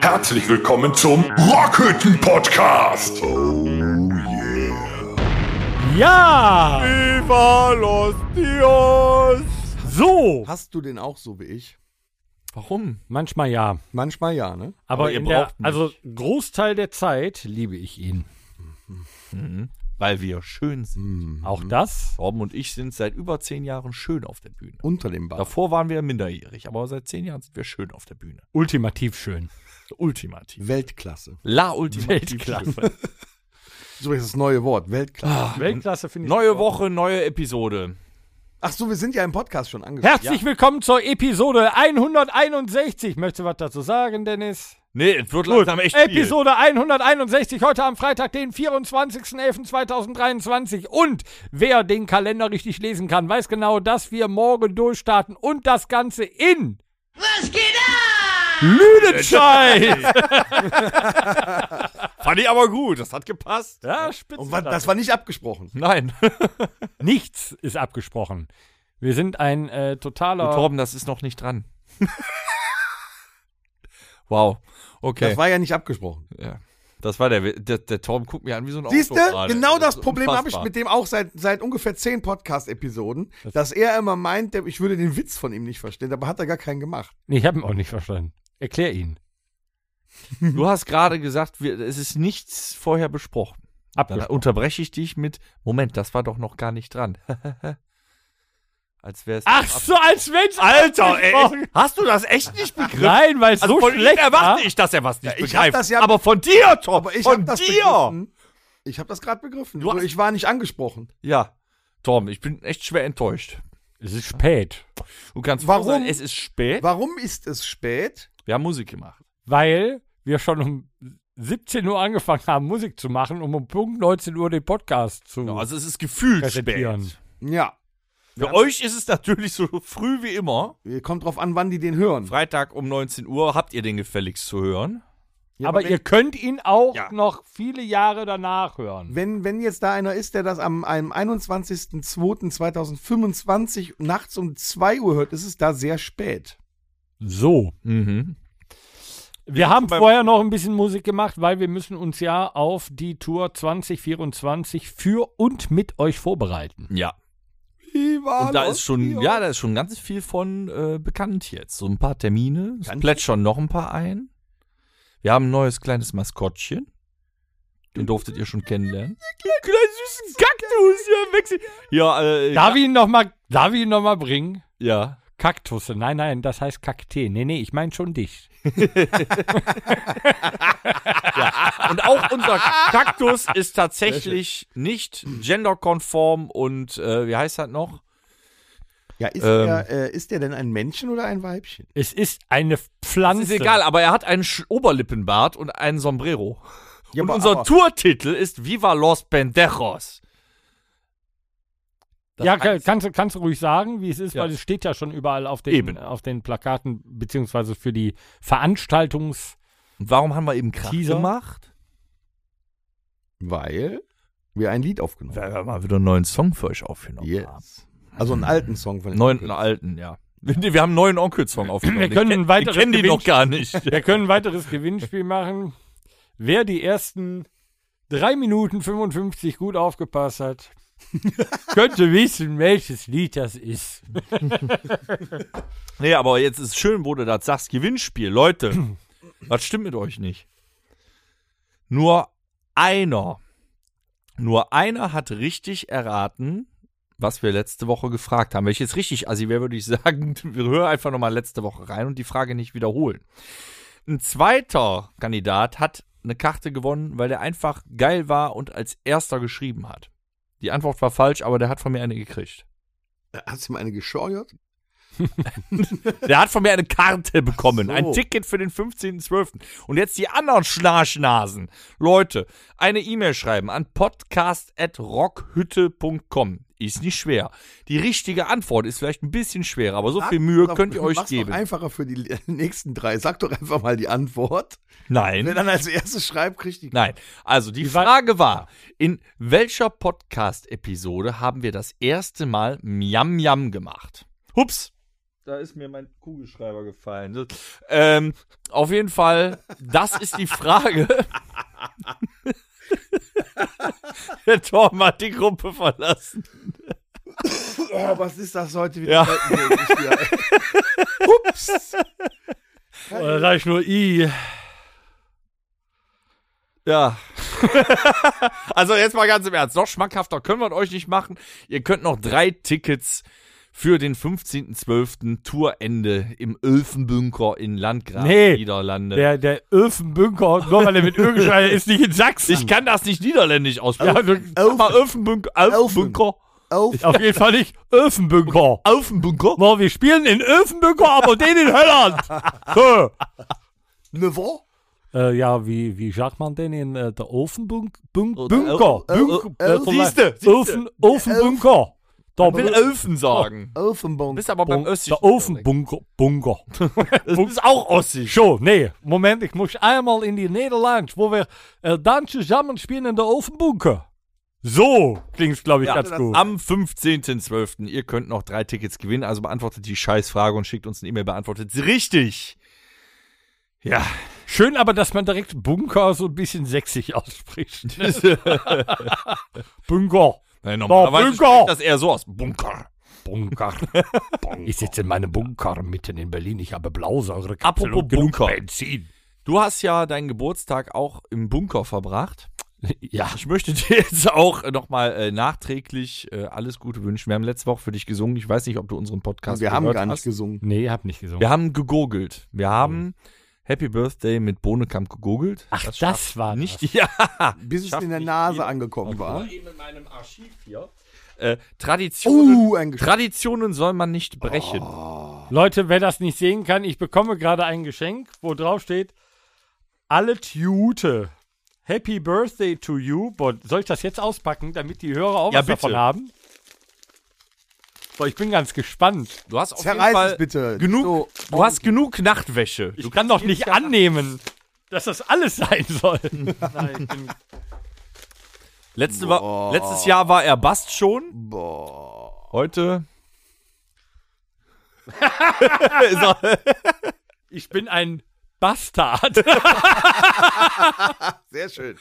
Herzlich willkommen zum Rockhütten Podcast. Oh yeah. Ja! Viva los Dios! So! Hast du den auch so wie ich? Warum? Manchmal ja. Manchmal ja, ne? Aber, Aber ihr in der, braucht mich. also Großteil der Zeit liebe ich ihn. Weil wir schön Mhm. sind. Auch das? Torben und ich sind seit über zehn Jahren schön auf der Bühne. Unter dem Bart. Davor waren wir minderjährig, aber seit zehn Jahren sind wir schön auf der Bühne. Ultimativ schön. Ultimativ. Weltklasse. La Ultimativ. Weltklasse. So ist das neue Wort, Weltklasse. Ah. Weltklasse finde ich. Neue Woche, neue Episode. Ach so, wir sind ja im Podcast schon angekommen. Herzlich willkommen zur Episode 161. Möchtest du was dazu sagen, Dennis? Nee, es wird langsam echt viel. Episode 161, heute am Freitag, den 24.11.2023. Und wer den Kalender richtig lesen kann, weiß genau, dass wir morgen durchstarten und das Ganze in. Was geht ab? Lüdenscheid! Fand ich aber gut, das hat gepasst. ja, spitze. Und was, das war nicht abgesprochen. Nein. Nichts ist abgesprochen. Wir sind ein äh, totaler. Torben, das ist noch nicht dran. wow. Okay. Das war ja nicht abgesprochen. ja. das war der, der, der Torben guckt mir an wie so ein Siehst Auto du, gerade. genau das ist Problem habe ich unfassbar. mit dem auch seit, seit ungefähr zehn Podcast-Episoden, dass er immer meint, der- ich würde den Witz von ihm nicht verstehen, aber hat er gar keinen gemacht. Nee, ich habe ihn auch nicht verstanden. Erklär ihn. Du hast gerade gesagt, wir, es ist nichts vorher besprochen. Dann Abgesprochen. unterbreche ich dich mit, Moment, das war doch noch gar nicht dran. Als wäre es. Ach so, als Mensch. hast du das echt nicht begriffen? Also Nein, weil es so von ihm schlecht war. erwarte ich, dass er was nicht Ja, ich hab begreift. das ja- aber von dir, Tom, Aber ich von habe das dir. begriffen. Ich habe das gerade begriffen. Du Nur hast- ich war nicht angesprochen. Ja, Tom, ich bin echt schwer enttäuscht. Es ist spät. Du kannst Warum? froh sein, es ist spät. Warum ist es spät? Wir haben Musik gemacht. Oh. weil wir schon um 17 Uhr angefangen haben, Musik zu machen, um um Punkt 19 Uhr den Podcast zu Ja, also es ist gefühlt präsentieren. spät. Ja, Für euch ist es natürlich so früh wie immer. kommt drauf an, wann die den hören. Freitag um 19 Uhr habt ihr den gefälligst zu hören. Ja, aber wenn- ihr könnt ihn auch Ja. noch viele Jahre danach hören. Wenn, wenn jetzt da einer ist, der das am, am 21.02.2025 nachts um 2 Uhr hört, ist es da sehr spät. So. Mhm. Wir haben beim- vorher noch ein bisschen Musik gemacht, weil wir müssen uns ja auf die Tour 2024 für und mit euch vorbereiten. Ja. Und Und da ist schon, ja, da ist schon ganz viel von äh, bekannt jetzt. So ein paar Termine. Es Bekannt? plätschern noch ein paar ein. Wir haben ein neues kleines Maskottchen. Den durftet ihr schon kennenlernen. Kleinen süßen Kaktus, ja, wechsel. Ja, äh, Darf ich ihn nochmal noch mal bringen? ja. Kaktusse. Nein, nein, das heißt Kakteen. Nee, nee, ich meine schon dich. Und auch unser Kaktus ist tatsächlich nicht genderkonform und äh, wie heißt das noch? ja, ist, ähm, der, äh, ist der denn ein Männchen oder ein Weibchen? Es ist eine Das Pflanze. ist egal, aber er hat einen Sch Oberlippenbart und einen Sombrero. Ja, und aber- unser aber- Tourtitel ist Viva los Pendejos. Das ja, heißt- kannst, du- kannst du ruhig sagen, wie es ist, Ja. weil es steht ja schon überall auf den, Eben. auf den Plakaten, beziehungsweise für die Veranstaltungs. Und warum haben wir eben Krach Teaser? gemacht? Weil wir ein Lied aufgenommen Weil wir mal wieder einen neuen Song für euch aufgenommen haben. haben. Yes. Also einen alten Song von den Neuen, einen Onkels. alten, ja. Wir wir haben einen neuen Onkel-Song aufgenommen. Wir können Ich kenn- ein weiteres Ich kenne die Gewinnspiel- noch gar nicht. Wir können ein weiteres Gewinnspiel machen. Wer die ersten 3 Minuten 55 gut aufgepasst hat, könnte wissen, welches Lied das ist. Nee, aber jetzt ist schön, wo du das sagst, Gewinnspiel. Leute, was stimmt mit euch nicht? Nur einer, nur einer hat richtig erraten, was wir letzte Woche gefragt haben. Wenn ich jetzt richtig assi wäre, würde ich sagen, wir hören einfach nochmal letzte Woche rein und die Frage nicht wiederholen. Ein zweiter Kandidat hat eine Karte gewonnen, weil der einfach geil war und als erster geschrieben hat. Die Antwort war falsch, aber der hat von mir eine gekriegt. Hast du ihm eine gescheuert? Der hat von mir eine Karte bekommen, so. ein Ticket für den 15.12. Und jetzt die anderen Schnarchnasen. Leute, eine E-Mail schreiben an podcast.rockhütte.com. Ist nicht schwer. Die richtige Antwort ist vielleicht ein bisschen schwerer, aber so viel Mühe Mach doch- könnt ihr euch mach's geben. Doch einfacher für die li- nächsten drei. Sag doch einfach mal die Antwort. Wer Nein, dann als erstes schreibt, kriegt die. nein. Also die Wie war- Frage war, in welcher Podcast-Episode haben wir das erste Mal Miam Miam gemacht? Hups, da ist mir mein Kugelschreiber gefallen. Das, ähm, auf jeden Fall, das ist die Frage. Der Torben hat die Gruppe verlassen. Oh, was ist das heute Ja. wieder? Weltbild? Ups. Oder sag ich nur I. Ja. also jetzt mal ganz im Ernst. Noch schmackhafter können wir es euch nicht machen. Ihr könnt noch drei Tickets für den 15.12. Tourende im Ölfenbunker in Landgraf, Nee. Niederlande. Der, der Öfenbünker, nur weil er mit Ö geschrieben ist, nicht in Sachsen. ich kann das nicht niederländisch aussprechen. Ja, du- Sag mal Ölfenbunker, Ölfenbunker, Auf. Auf jeden Fall nicht Öfenbünker. Ölfenbunker. No, wir spielen in Öfenbünker, aber den in Holland. So. Nevo? Äh, ja, wie, wie sagt man denn in äh, der Ofenbunker? Bunk, Oder Bunker. Öl- Öl- Bunk- Öl- äh, von- Siehste, siehste. Ofen, Ofenbunker. Da Ich will Ölfen sagen. Elfenbunk. Bist aber beim Östlichen. Der Ofenbunker. Bunker. Das ist auch Ossisch. Schon, nee. Moment, ich muss einmal in die Niederlande, wo wir äh, dann zusammen spielen in der Ofenbunker. So klingt's, glaube ich, Ja, ganz gut. Am 15.12. Ihr könnt noch drei Tickets gewinnen, also beantwortet die Scheißfrage und schickt uns eine E-Mail, beantwortet sie richtig. Ja. Schön aber, dass man direkt Bunker so ein bisschen sexig ausspricht. Bunker. Nein, Na, normalerweise Bunker. spricht das eher so aus. Bunker. Bunker. Ich sitze in meinem Bunker mitten in Berlin. Ich habe Blausäure, Apropos und genug Bunker. Benzin. Du hast ja deinen Geburtstag auch im Bunker verbracht. Ja, Ich möchte dir jetzt auch nochmal äh, nachträglich äh, alles Gute wünschen. Wir haben letzte Woche für dich gesungen. Ich weiß nicht, ob du unseren Podcast Wir haben gehört gar nicht hast. gesungen. nee, hab nicht gesungen. Wir haben gegurgelt. Wir haben Happy Birthday mit Bohnekamp gegurgelt. Hm. Ach, das, war Nicht, das. ja. Bis es Schafft in der nicht Nase jeder. angekommen war. Eben in meinem Archiv hier. Äh, Traditionen, Uh, ein Geschenk. Traditionen soll man nicht brechen. Oh. Leute, wer das nicht sehen kann, ich bekomme gerade ein Geschenk, wo drauf steht, alle Jute. Happy Birthday to you. Boah, soll ich das jetzt auspacken, damit die Hörer auch Ja, was davon bitte. haben? Boah, ich bin ganz gespannt. Du hast auf jeden Zerreiß Fall es bitte. genug. So, du hast genug Nachtwäsche. Ich Du, kann doch nicht annehmen, dass das alles sein soll. Nein, ich bin letzte Wa- letztes Jahr war er Bast schon. Heute ist er, Ich bin ein Bastard. Sehr schön.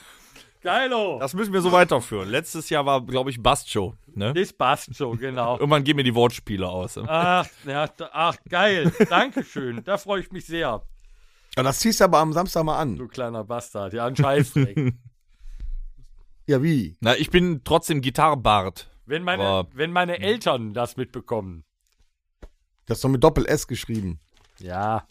Geilo. Das das müssen wir so weiterführen. Letztes Jahr war, glaube ich, Bast schon. Ne? ist Bast so, genau. Irgendwann gehen mir die Wortspiele aus. Ach, ja, da- ach, geil. Dankeschön. Da freue ich mich sehr, Ja, das ziehst du aber am Samstag mal an. du kleiner Bastard. Ja, ein Scheißdreck. Ja, wie? Na, ich bin trotzdem Gitarrbart. Wenn meine, Aber- wenn meine Eltern das mitbekommen. Das ist doch mit Doppel-S geschrieben. Ja.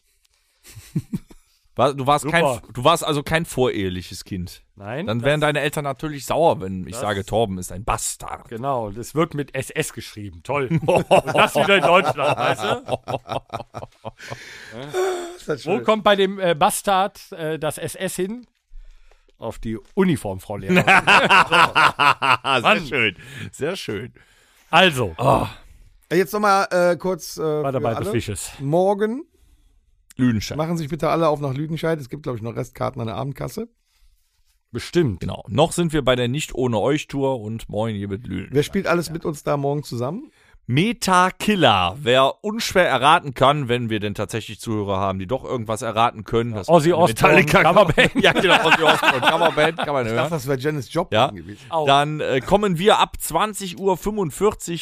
War- Du warst, kein, Super. du warst also kein voreheliches Kind. Nein? Dann wären deine Eltern natürlich sauer, wenn ich das- sage, Torben ist ein Bastard. Oh, Genau, und es wird mit SS geschrieben. Toll. Und das wieder in Deutschland, weißt du? Ist halt das Wo kommt bei dem äh, Bastard äh, das SS hin? Auf die Uniform, Frau Lehrer. Ah, sehr Mann. schön. Sehr schön. Also, Jetzt nochmal äh, kurz äh, weiter für bei The alle. Fishes. Morgen Lüdenscheid. machen sich bitte alle auf nach Lüdenscheid. Es gibt, glaube ich, noch Restkarten an der Abendkasse. Bestimmt. Genau. Noch sind wir bei der Nicht ohne euch Tour und moin, hier mit Lüden. Wer spielt alles mit uns da morgen zusammen? Meta Killer. Wer unschwer erraten kann, wenn wir denn tatsächlich Zuhörer haben, die doch irgendwas erraten können. Das Ozzy eine Osbourne, Metallica Coverband. Ja, genau. Ozzy Osbourne. Coverband kann man hören. Ach, das wäre Janis Job Ja. gewesen. Au. Dann äh, kommen wir ab 20.45 Uhr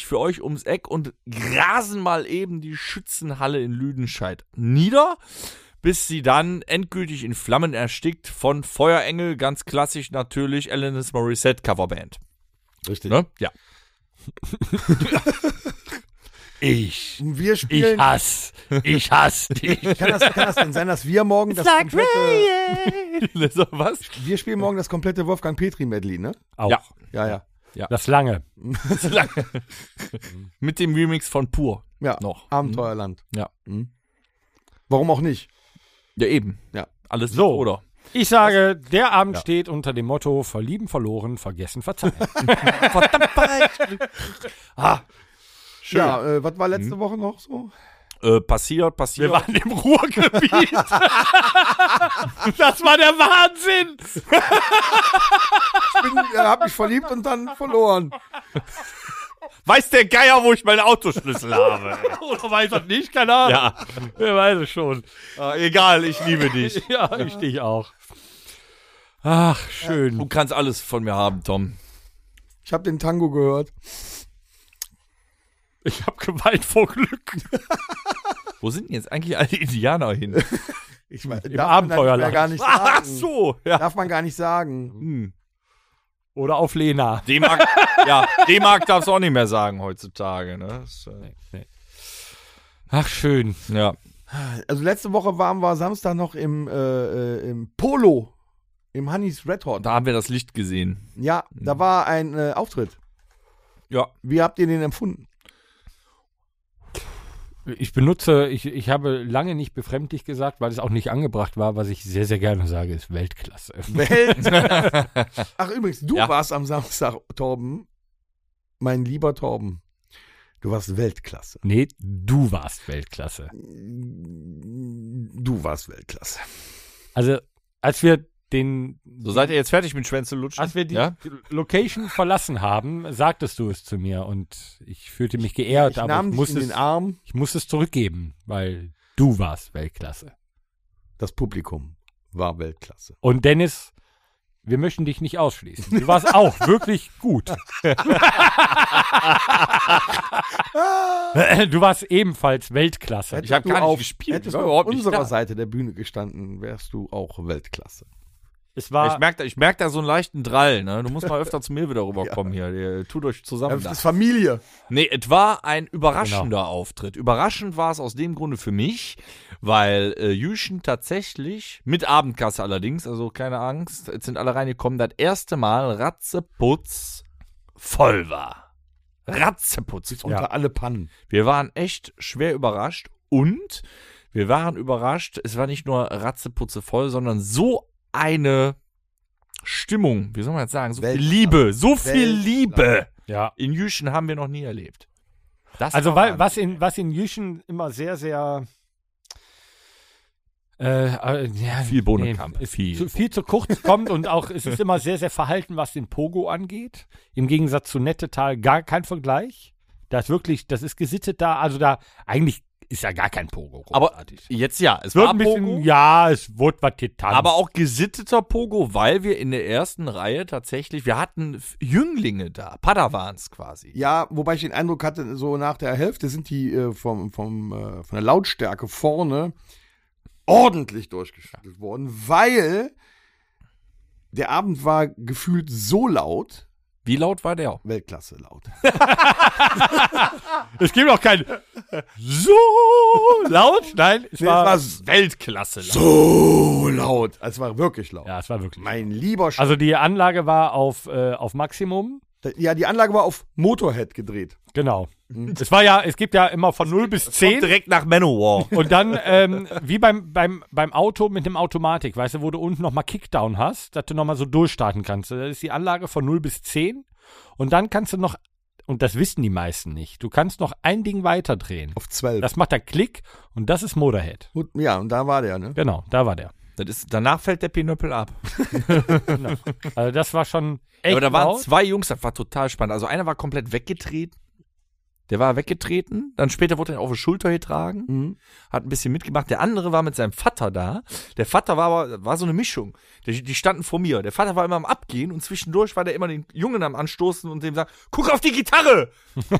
für euch ums Eck und grasen mal eben die Schützenhalle in Lüdenscheid nieder, bis sie dann endgültig in Flammen erstickt von Feuerengel, ganz klassisch natürlich, Alanis Morissette Coverband. Richtig. Ne? Ja. Ich. Wir Ich spielen. hasse. Ich hasse dich. kann, das, kann das denn sein, dass wir morgen das komplette, so, was? wir spielen morgen das komplette Wolfgang Petri Medley, ne? Auch. Ja. Ja, ja. Das lange. So lange. Mit dem Remix von Pur. Ja. Noch. Abenteuerland. Ja. Mhm. Warum auch nicht? Ja, eben. Ja. Alles So. so. oder? Ich sage, der Abend steht unter dem Motto Verlieben, verloren, vergessen, verzeihen. Schön. Ja, äh, was war letzte Woche noch so? Äh, passiert, passiert. Wir waren im Ruhrgebiet. das war der Wahnsinn. Ich bin, äh, hab mich verliebt und dann verloren. Weiß der Geier, wo ich meinen Autoschlüssel habe? Oder weiß das nicht? Keine Ahnung. Ja, Wer weiß es schon. äh, egal, ich liebe dich. Ja, ich dich auch. Ach, schön. Du kannst alles von mir haben, Tom. Ich habe den Tango gehört. Ich hab geweint vor Glück. Wo sind denn jetzt eigentlich alle Indianer hin? Ich mein, Im darf man dann Abenteuerland. ja gar nicht sagen. Ah, Ach so, ja. Darf man gar nicht sagen. Hm. Oder auf Lena. D-Mark, ja, D-Mark darfst du auch nicht mehr sagen heutzutage, ne? Das, äh, Ach, schön. ja. Also letzte Woche waren wir Samstag noch im, äh, äh, im Polo, im Honeys Red Hot. Da haben wir das Licht gesehen. Ja, da war ein äh, Auftritt. Ja. Wie habt ihr den empfunden? Ich benutze, ich, ich habe lange nicht befremdlich gesagt, weil es auch nicht angebracht war. Was ich sehr, sehr gerne sage, ist Weltklasse. Ach übrigens, du Ja. warst am Samstag, Torben, mein lieber Torben. Du warst Weltklasse. Nee, du warst Weltklasse. Du warst Weltklasse. Also, als wir den, So seid ihr jetzt fertig mit Schwänze lutschen? als wir die ja? Location verlassen haben, sagtest du es zu mir und ich fühlte mich geehrt, Ich aber nahm ich dich muss, in den es, Arm, ich muss es zurückgeben, weil du warst Weltklasse. das Publikum war Weltklasse. Und Dennis, wir möchten dich nicht ausschließen. Du warst auch wirklich gut. du warst ebenfalls Weltklasse. Ich hab du gar nicht auf, gespielt, Hättest ich war du auf überhaupt nicht unserer da. Seite der Bühne gestanden, wärst du auch Weltklasse. Es Ich merke ich merk da so einen leichten Drall, ne? Du musst mal öfter zu mir wieder rüberkommen hier. Ihr Tut euch zusammen. da. Familie. Nee, es war ein überraschender Auftritt. Überraschend war es aus dem Grunde für mich, weil äh, Jüschen tatsächlich, mit Abendkasse allerdings, also keine Angst, jetzt sind alle reingekommen, das erste Mal Ratzeputz voll war. Ratzeputz voll. Unter alle Pannen. Wir waren echt schwer überrascht und wir waren überrascht, es war nicht nur Ratzeputze voll, sondern so eine Stimmung, wie soll man das sagen, so viel Weltklasse. Liebe, so viel Weltklasse. Liebe ja. in Jüschen haben wir noch nie erlebt. Das Also war weil, was in was in Jüschen immer sehr sehr äh, äh, ja, Viel Bohnenkamp. es Viel. Zu, viel zu kurz kommt und auch es ist immer sehr sehr verhalten, was den Pogo angeht. Im Gegensatz zu Nettetal gar kein Vergleich. Da ist wirklich, das ist gesittet da. Also da eigentlich ist ja gar kein Pogo. Aber großartig. jetzt ja, es wird war ein bisschen, Pogo, ja, es wurde was getanzt. aber auch gesitteter Pogo, weil wir in der ersten Reihe tatsächlich, wir hatten F- Jünglinge da, Padawans quasi. Ja, wobei ich den Eindruck hatte, so nach der Hälfte sind die äh, vom, vom, äh, von der Lautstärke vorne ordentlich durchgeschüttelt worden, weil der Abend war gefühlt so laut, Wie laut war der? Weltklasse laut. es gibt auch kein so laut. Nein, es Nee, war, es war Weltklasse laut. so laut. Also Es war wirklich laut. ja, es war wirklich. Mein lieber Sch Also die Anlage war auf äh, auf Maximum. Ja, die Anlage war auf Motorhead gedreht. Genau. Es war ja, es gibt ja immer von 0 bis 10 Direkt nach Manowar. und dann ähm, wie beim, beim, beim Auto mit dem Automatik, weißt du, wo du unten nochmal Kickdown hast, dass du nochmal so durchstarten kannst. Das ist die Anlage von 0 bis 10 und dann kannst du noch, und das wissen die meisten nicht, du kannst noch ein Ding weiterdrehen. Auf 12. Das macht der Klick und das ist Motorhead. Gut, ja, und da war der, ne? Genau, da war der. Das ist, danach fällt der Pinöppel ab. Also das war schon echt Aber da waren laut. zwei Jungs, das war total spannend. Also einer war komplett weggetreten. Der war weggetreten, dann später wurde er auf die Schulter getragen, Mhm. hat ein bisschen mitgemacht. Der andere war mit seinem Vater da. Der Vater war aber, war so eine Mischung. Die, die standen vor mir. Der Vater war immer am Abgehen und zwischendurch war der immer den Jungen am Anstoßen und dem sagt, guck auf die Gitarre!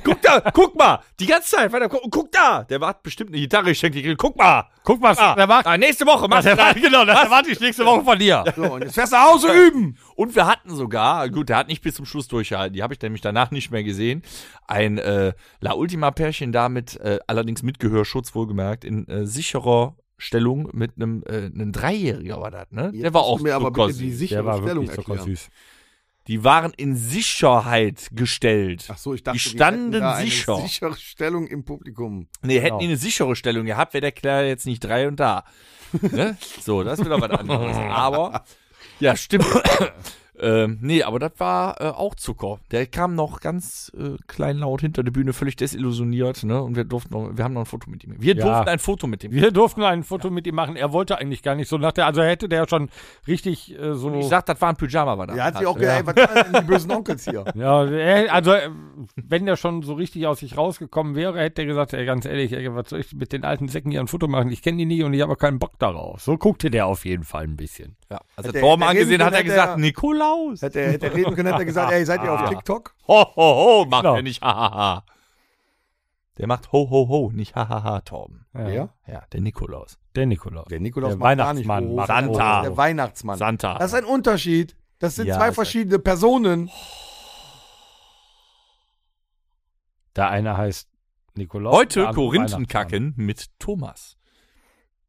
Guck da, guck mal! Die ganze Zeit, weiter, guck, guck da! Der hat bestimmt eine Gitarre geschenkt, die kriegt, guck mal! Guck mal, was Ah, der macht. ah, nächste Woche, mach Was er macht, genau, das erwarte ich nächste Woche von dir. So, und jetzt fährst du nach Hause üben. Äh, Und wir hatten sogar, gut, der hat nicht bis zum Schluss durchgehalten, die habe ich nämlich danach nicht mehr gesehen, ein äh, La Ultima-Pärchen da mit, äh, allerdings mit Gehörschutz wohlgemerkt, in äh, sicherer Stellung mit einem, äh, einem Dreijähriger war das, ne? der war Jetzt auch musst du mir aber bitte Zuckersi. die sichere Der war Stellung wirklich erklären. so süß. Die waren in Sicherheit gestellt. Ach so, ich dachte, Die standen hätten da sicher. Eine sichere Stellung im Publikum. Nee, hätten Genau. die eine sichere Stellung gehabt, wäre der Kerl jetzt nicht drei und da. ne? So, das ist wieder was anderes. Aber, ja, stimmt. Ähm, nee, aber das war äh, auch Zucker. Der kam noch ganz äh, kleinlaut hinter der Bühne, völlig desillusioniert, ne? Und wir durften noch, wir haben noch ein Foto mit ihm. Wir Ja. durften ein Foto mit ihm. Wir durften ein Foto mit ihm machen. Er wollte eigentlich gar nicht so nach der, also hätte der schon richtig äh, so. Ich sag, das war ein Pyjama, war das. Er hat sich auch gedacht, ey, was machen denn die bösen Onkels hier? Ja, er- also äh, wenn der schon so richtig aus sich rausgekommen wäre, hätte er gesagt, ey, ganz ehrlich, ey, was soll ich mit den alten Säcken hier ein Foto machen? Ich kenne die nie und ich habe auch keinen Bock darauf. So guckte der auf jeden Fall ein bisschen. ja. Als er der- Torben der angesehen Regenbogen hat, hat er hat er- gesagt, Nikolaus. Hätte er, hätte er reden können, hätte er gesagt, ey, seid ihr auf TikTok? Ho, ho, ho, Genau. macht Klar. er nicht, ha, ha, ha. Der macht ho, ho, ho, nicht ha, ha, ha, Torben. Ja. Ja, der Nikolaus. Der Nikolaus. Der Nikolaus Der macht gar nicht Weihnachtsmann Hoho. macht Santa. Der Weihnachtsmann. Santa. Das ist ein Unterschied. Das sind Ja, zwei ist das- verschiedene Personen. Der eine heißt Nikolaus. der Heute andere Korinthenkacken mit Thomas.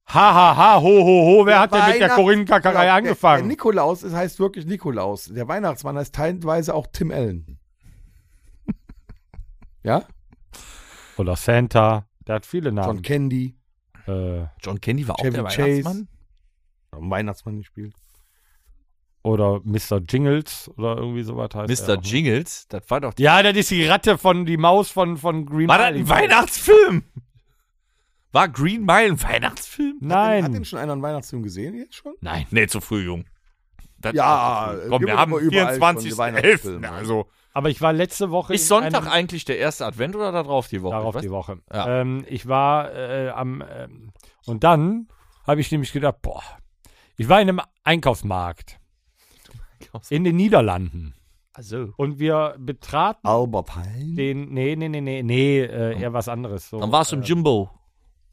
Weihnachtsmann. Ha, ha, ha, ho, ho, ho. Wer Der hat denn mit Genau, der Weihnachts- Korinthenkackerei Ja, Genau. Der, der angefangen? Nikolaus ist, heißt wirklich Nikolaus. Der Weihnachtsmann heißt teilweise auch Tim Allen. ja? Oder Santa. Der hat viele John Namen. Candy. Äh, John Candy war auch Chevy der Chase. Weihnachtsmann. Am Weihnachtsmann gespielt. oder Mr. Jingles oder irgendwie sowas heißt Mr. er. Jingles, das war doch die. Ja, das ist die Ratte von, die Maus von, von Green War das Mile. ein Weihnachtsfilm? War Green Mile ein Weihnachtsfilm? Nein. Hat den schon einer einen Weihnachtsfilm gesehen jetzt schon? Nein. Nee, zu früh, Jung. Das Ja, war zu früh. es komm, gibt wir haben immer überall schon 24.11. Weihnachtsfilme. Also, Aber ich war letzte Woche. ist in einem- Sonntag eigentlich der erste Advent oder darauf die Woche? Darauf Was? die Woche. Ja. Ähm, ich war äh, am. Ähm, und dann habe ich nämlich gedacht, boah, ich war in einem Einkaufsmarkt in den Niederlanden Also. und wir betraten Albert Heijn. den. Nee, nee, nee, nee, nee, äh, eher was anderes. So, Hm. Dann warst du im äh, Jimbo.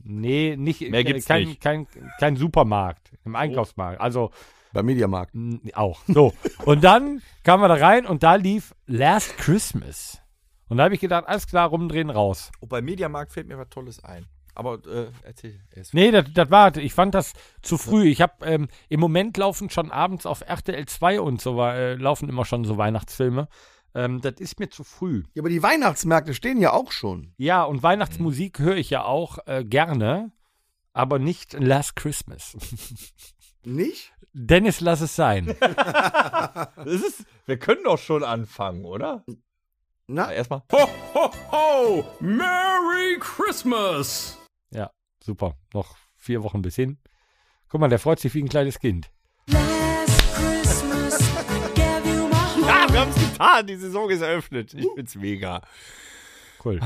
Nee, nicht. Mehr gibt's kein, nicht. Kein, kein Supermarkt, im Einkaufsmarkt. Also Beim Mediamarkt. mh, auch. So. und dann kamen wir da rein und da lief Last Christmas. Und da habe ich gedacht, alles klar, rumdrehen, raus. Oh, bei Mediamarkt fällt mir was Tolles ein. Aber äh, erzähl erst. Nee, das, das war, ich fand das zu früh. Ich habe ähm, im Moment laufen schon abends auf RTL 2 und so, äh, laufen immer schon so Weihnachtsfilme. Ähm, das ist mir zu früh. Ja, aber die Weihnachtsmärkte stehen ja auch schon. Ja, und Weihnachtsmusik höre ich ja auch äh, gerne, aber nicht Last Christmas. Nicht? Dennis, lass es sein. Das ist, wir können doch schon anfangen, oder? Na, Erstmal. Ho, ho, ho! Merry Christmas! Super, noch vier Wochen bis hin. Guck mal, der freut sich wie ein kleines Kind. Last Christmas, I gave you my Ah, heart. wir haben es getan. Die Saison ist eröffnet. Ich find's mega. Cool.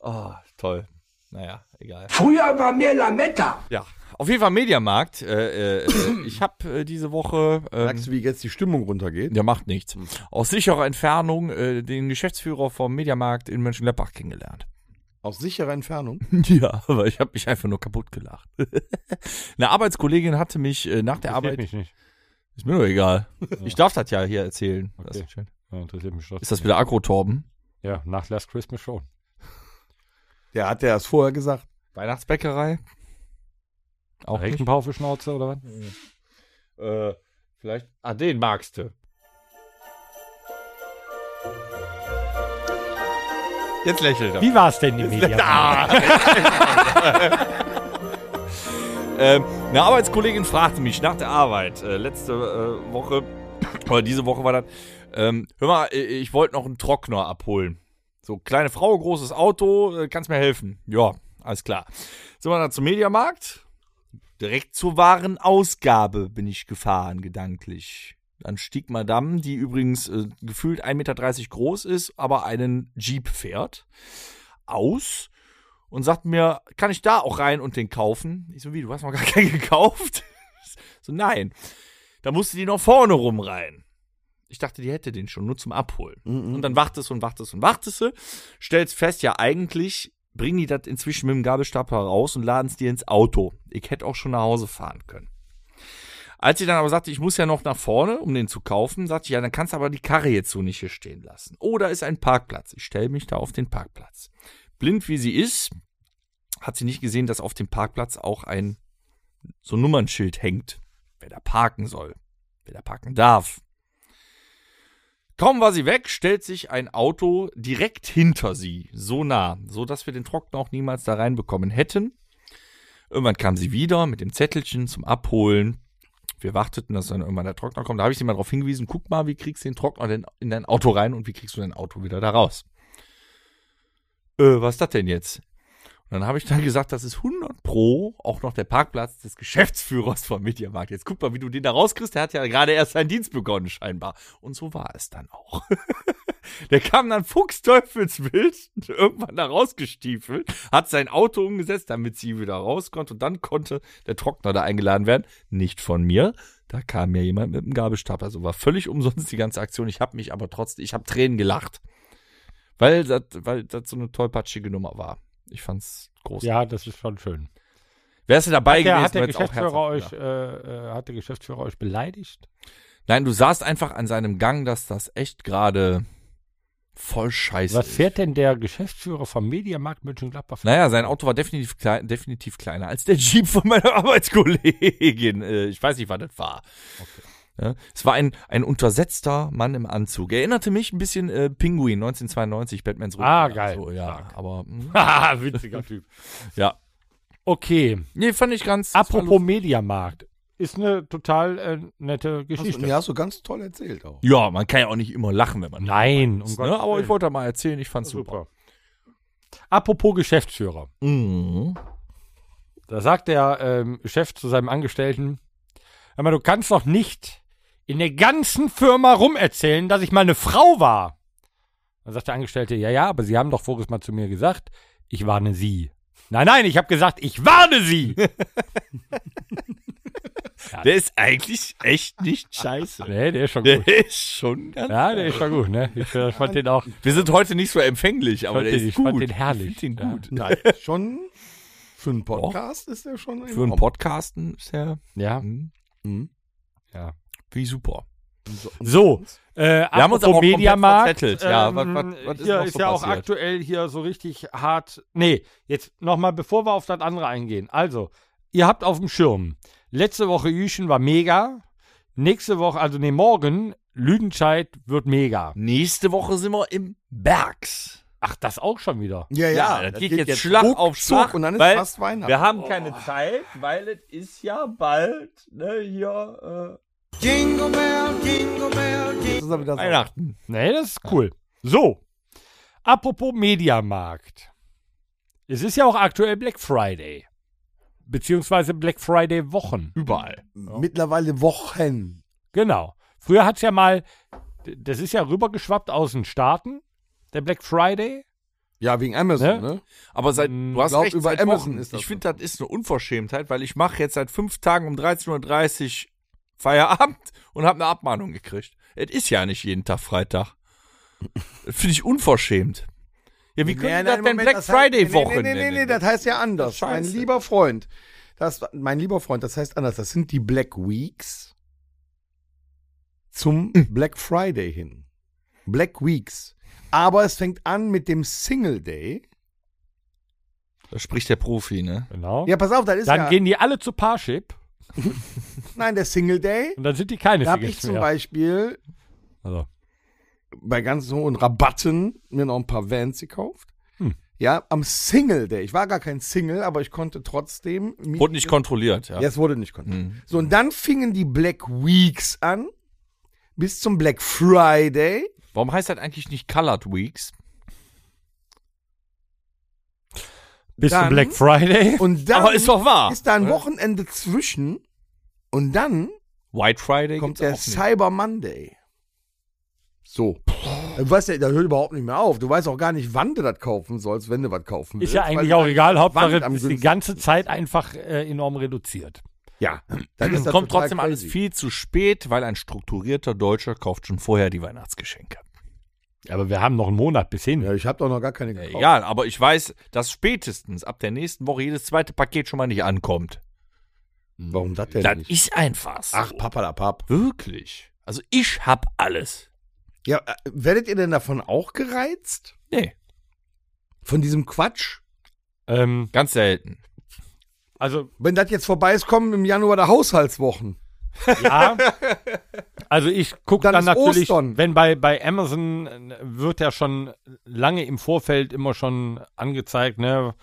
Oh, toll. Naja, egal. Früher war mehr Lametta. Ja, auf jeden Fall Mediamarkt. Äh, äh, äh, ich habe äh, diese Woche. Ähm, merkst du, wie jetzt die Stimmung runtergeht? der macht nichts. Aus sicherer Entfernung äh, den Geschäftsführer vom Mediamarkt in Mönchengladbach kennengelernt. Aus sicherer Entfernung. Ja, aber ich habe mich einfach nur kaputt gelacht. Eine Arbeitskollegin hatte mich äh, nach der Interessiert Arbeit. mich nicht. Ist mir doch egal. Ich darf das ja hier erzählen. Das Okay. ist, schön. Ja, interessiert mich schon. ist das wieder Agro-Torben? Ja, nach Last Christmas schon. Der hat ja erst vorher gesagt. Weihnachtsbäckerei? Auch nicht? Regenpau für Schnauze oder was? Äh, vielleicht. Ah, den magst du. Jetzt lächelt er. Wie war es denn, die Media? Ähm, eine Arbeitskollegin fragte mich nach der Arbeit äh, letzte äh, Woche, oder diese Woche war das, ähm, hör mal, äh, ich wollte noch einen Trockner abholen. So, kleine Frau, großes Auto, äh, kannst mir helfen? Ja, alles klar. Sind wir dann zum Mediamarkt? Direkt zur Warenausgabe bin ich gefahren, gedanklich. Dann stieg Madame, die übrigens äh, gefühlt 1,30 Meter groß ist, aber einen Jeep fährt, aus und sagt mir, kann ich da auch rein und den kaufen? Ich so, wie, du hast noch gar keinen gekauft? so, nein. Da musste die noch vorne rum rein. Ich dachte, die hätte den schon, nur zum Abholen. Und dann wartest du und wartest und wartest du, stellst fest, ja, eigentlich bringen die das inzwischen mit dem Gabelstapler raus und laden es dir ins Auto. Ich hätte auch schon nach Hause fahren können. Als sie dann aber sagte, ich muss ja noch nach vorne, um den zu kaufen, sagte ich, ja, dann kannst du aber die Karre jetzt so nicht hier stehen lassen. Oh, da ist ein Parkplatz. Ich stelle mich da auf den Parkplatz. Blind wie sie ist, hat sie nicht gesehen, dass auf dem Parkplatz auch ein so ein Nummernschild hängt, wer da parken soll, wer da parken darf. Kaum war sie weg, stellt sich ein Auto direkt hinter sie, so nah, so dass wir den Trockner auch niemals da reinbekommen hätten. Irgendwann kam sie wieder mit dem Zettelchen zum Abholen Wir warteten, dass dann irgendwann der Trockner kommt. Da habe ich sie mal darauf hingewiesen, guck mal, wie kriegst du den Trockner denn in dein Auto rein und wie kriegst du dein Auto wieder da raus. Äh, was ist das denn jetzt? Und dann habe ich dann gesagt, das ist 100 Pro auch noch der Parkplatz des Geschäftsführers vom Mediamarkt. Jetzt guck mal, wie du den da rauskriegst. Der hat ja gerade erst seinen Dienst begonnen, scheinbar. Und so war es dann auch. Der kam dann fuchsteufelswild irgendwann da rausgestiefelt, hat sein Auto umgesetzt, damit sie wieder raus konnte und dann konnte der Trockner da eingeladen werden. Nicht von mir. Da kam mir jemand mit einem Gabelstapler. Also war völlig umsonst die ganze Aktion. Ich habe mich aber trotzdem, ich habe Tränen gelacht. Weil das, weil das so eine tollpatschige Nummer war. Ich fand's groß. Ja, das ist schon schön. Wärst du dabei Hat der, gewesen, hat, der wär's auch Geschäftsführer euch, herzhaft äh, äh, hat der Geschäftsführer euch beleidigt? gedacht. Nein, du sahst einfach an seinem Gang, dass das echt gerade voll scheiße Was ist. fährt denn der Geschäftsführer vom Mediamarkt Mönchengladbach? Naja, sein Auto war definitiv, klein, definitiv kleiner als der Jeep von meiner Arbeitskollegin. Äh, Ich weiß nicht, wann das war. Ja, es war ein, ein untersetzter Mann im Anzug. Erinnerte mich ein bisschen äh, Pinguin 1992, Batmans Ah, Rückkehr. geil. Also, ja, Stark. aber mh, Haha, ah, witziger Typ. ja. Okay, Nee, fand ich ganz. apropos Mediamarkt. Ist eine total äh, nette Hast Geschichte. du, ja, hast du ganz toll erzählt auch. Ja, man kann ja auch nicht immer lachen, wenn man. Nein, um ist, Gottes ne? Aber ich Willen. wollte da mal erzählen, ich fand's super. super. Apropos Geschäftsführer. Mhm. Da sagt der ähm, Chef zu seinem Angestellten, hör mal, du kannst doch nicht in der ganzen Firma rumerzählen, dass ich mal eine Frau war. Dann sagt der Angestellte, ja, ja, aber Sie haben doch voriges Mal zu mir gesagt, ich warne Sie. Nein, nein, ich habe gesagt, ich warne Sie. Der ist eigentlich echt nicht scheiße. nee, der ist schon Der gut. ist schon ganz. Ja, der ist schon gut, ne? Ich äh, fand den auch. Wir sind heute nicht so empfänglich, aber Fand der den- ist ich gut. fand den herrlich. Ich find den Ja. gut. Nein, schon für einen Podcast ist er schon Für einen enorm. Podcasten ist der Ja. hm, Mhm. wie super. So, äh, wir haben uns aber auch komplett Mediamarkt. ähm, verzettelt. Ja, was- was- was ist hier noch ist so ja auch passiert? aktuell hier so richtig hart. Nee, jetzt nochmal, bevor wir auf das andere eingehen. Also, ihr habt auf dem Schirm, letzte Woche Jüchen war mega. Nächste Woche, also nee, morgen, Lüdenscheid wird mega. Nächste Woche sind wir im Bergs. Ach, das auch schon wieder. Ja, ja, das, geht, jetzt Schlag ruckzuck auf Schlag. und dann ist weil fast Weihnachten. Wir haben keine Oh. Zeit, weil es ist ja bald ne, hier Das ist aber äh, das Weihnachten. Nee, das ist cool. So, apropos Mediamarkt. Es ist ja auch aktuell Black Friday. Beziehungsweise Black Friday Wochen. Überall. mittlerweile Wochen. Genau. Früher hat es ja mal, d- das ist ja rübergeschwappt aus den Staaten, der Black Friday. Ja, wegen Amazon, Ne? ne? Aber seit Mm, du hast glaub, recht, über seit Amazon Wochen. ist das ich finde, das ist eine Unverschämtheit, weil ich mache jetzt seit fünf Tagen um 13.30 Uhr Feierabend und habe eine Abmahnung gekriegt. Es ist ja nicht jeden Tag Freitag. Finde ich unverschämt. Ja, wie können Nee, die nein, das denn Moment, Black das heißt- Friday Wochen Nee, nee, nee, nee, nee, nennen? das heißt ja anders. Das ist Mein scheiße. lieber Freund. Das, mein lieber Freund, das heißt anders. Das sind die Black Weeks zum Black Friday hin. Black Weeks. Aber es fängt an mit dem Single Day. Da spricht der Profi, ne? Genau. Ja, pass auf, das ist dann ja. gehen die alle zu Parship nein, der Single Day. und dann sind die keine Da habe Singles ich zum mehr. Beispiel Also, bei ganz hohen Rabatten mir noch ein paar Vans gekauft. Hm. Ja, am Single Day. Ich war gar kein Single, aber ich konnte trotzdem. mir- Wurde nicht kontrolliert, ja. Ja, es wurde nicht kontrolliert. Hm. So, und dann fingen die Black Weeks an, bis zum Black Friday. Warum heißt das eigentlich nicht Colored Weeks? bis zum dann- Black Friday. Und dann Aber ist doch wahr. ist da ein Wochenende zwischen. Und dann White Friday kommt der gibt's auch nicht. Cyber Monday. So. Du weißt ja, das hört überhaupt nicht mehr auf. Du weißt auch gar nicht, wann du das kaufen sollst, wenn du was kaufen willst. Ist ja weil eigentlich du- auch egal, Hauptsache Wand am es ist die günstigsten. ganze Zeit einfach äh, enorm reduziert. Ja. Dann ist das Kommt total trotzdem alles crazy. viel zu spät, weil ein strukturierter Deutscher kauft schon vorher die Weihnachtsgeschenke. Aber wir haben noch einen Monat bis hin. Ja, ich habe doch noch gar keine Äh, gekauft. Egal, aber ich weiß, dass spätestens ab der nächsten Woche jedes zweite Paket schon mal nicht ankommt. Hm, Warum das denn Das nicht? ist einfach so. Ach, Papa da Papp. wirklich? Also ich hab alles. Ja, äh, werdet ihr denn davon auch gereizt? Nee, Von diesem Quatsch? Ähm, ganz selten. also, Wenn das jetzt vorbei ist, kommen im Januar der Haushaltswochen. ja. also ich gucke Dann dann, ist natürlich, Ostern. wenn bei, bei Amazon äh, wird ja schon lange im Vorfeld immer schon angezeigt, ne,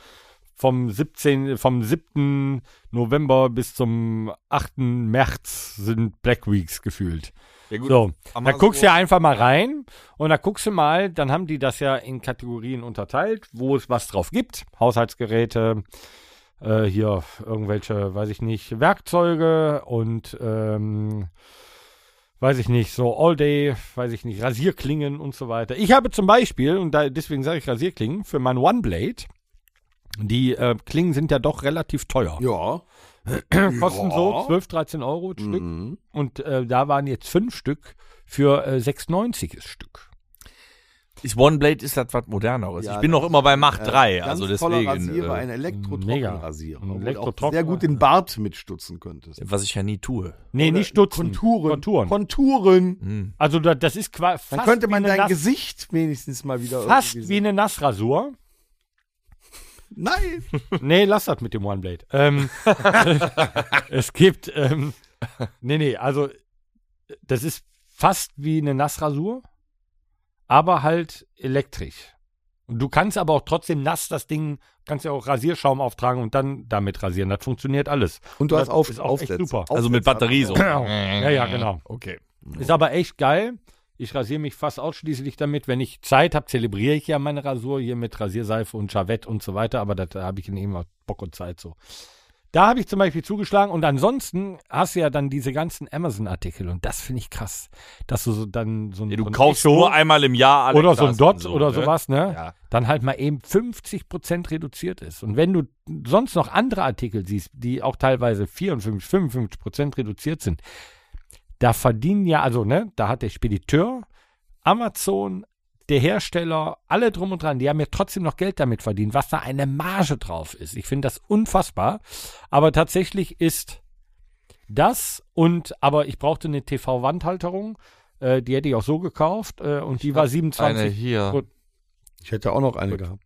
vom 17, vom 7. November bis zum 8. März sind Black Weeks gefühlt. Ja, gut. So, da Amazon- guckst du ja einfach mal rein und da guckst du mal, dann haben die das ja in Kategorien unterteilt, wo es was drauf gibt. Haushaltsgeräte, äh, hier irgendwelche, weiß ich nicht, Werkzeuge und ähm, weiß ich nicht, so All Day, weiß ich nicht, Rasierklingen und so weiter. Ich habe zum Beispiel, und da, deswegen sage ich Rasierklingen, für mein One Blade, die äh, Klingen sind ja doch relativ teuer. Ja. Kosten so 12, 13 Euro das Stück. Mhm. Und äh, da waren jetzt fünf Stück für äh, 6,90 das Stück. Ist One Blade ist das was moderneres. Ja, ich bin noch immer bei Macht 3, Äh, Ganz also toller deswegen. Rasierer, ein Äh, mega. Elektrotrockenrasierer. Ein wo du auch Elektrotrocken- äh, Sehr gut den Bart mitstutzen könntest. was ich ja nie tue. Nee, Oder nicht Stutzen. Konturen. Konturen. Konturen. Hm. also da, das ist qua- fast Dann könnte man wie eine dein Nass- Gesicht wenigstens mal wieder. fast irgendwie wie eine Nassrasur. sehen. Nein. Nee, lass das mit dem One Blade. Ähm, es gibt. Ähm, nee, nee, also das ist fast wie eine Nassrasur, aber halt elektrisch. Und du kannst aber auch trotzdem nass das Ding, kannst ja auch Rasierschaum auftragen und dann damit rasieren. Das funktioniert alles. Und du Das hast auf, ist auch echt Aufsätze. super. Also mit Batterie so. Ja, ja, genau. Okay. Ist aber echt geil. Ich rasiere mich fast ausschließlich damit. Wenn ich Zeit habe, zelebriere ich ja meine Rasur hier mit Rasierseife und Javette und so weiter. Aber das- da habe ich in immer Bock und Zeit so. Da habe ich zum Beispiel zugeschlagen. Und ansonsten hast du ja dann diese ganzen Amazon-Artikel. Und das finde ich krass, dass du so dann so ein. Ja, du so ein kaufst Echo nur einmal im Jahr Alexa oder so ein und Dot oder ne? sowas, ne? Ja. Dann halt mal eben 50% reduziert ist. Und wenn du sonst noch andere Artikel siehst, die auch teilweise 54, 55% reduziert sind, da verdienen ja, also, ne, da hat der Spediteur, Amazon, der Hersteller, alle drum und dran, die haben ja trotzdem noch Geld damit verdient, was da eine Marge drauf ist. Ich finde das unfassbar. Aber tatsächlich ist das und, aber ich brauchte eine TV-Wandhalterung, äh, die hätte ich auch so gekauft äh, und die war 27 Eine hier. Ich hätte auch noch eine gehabt.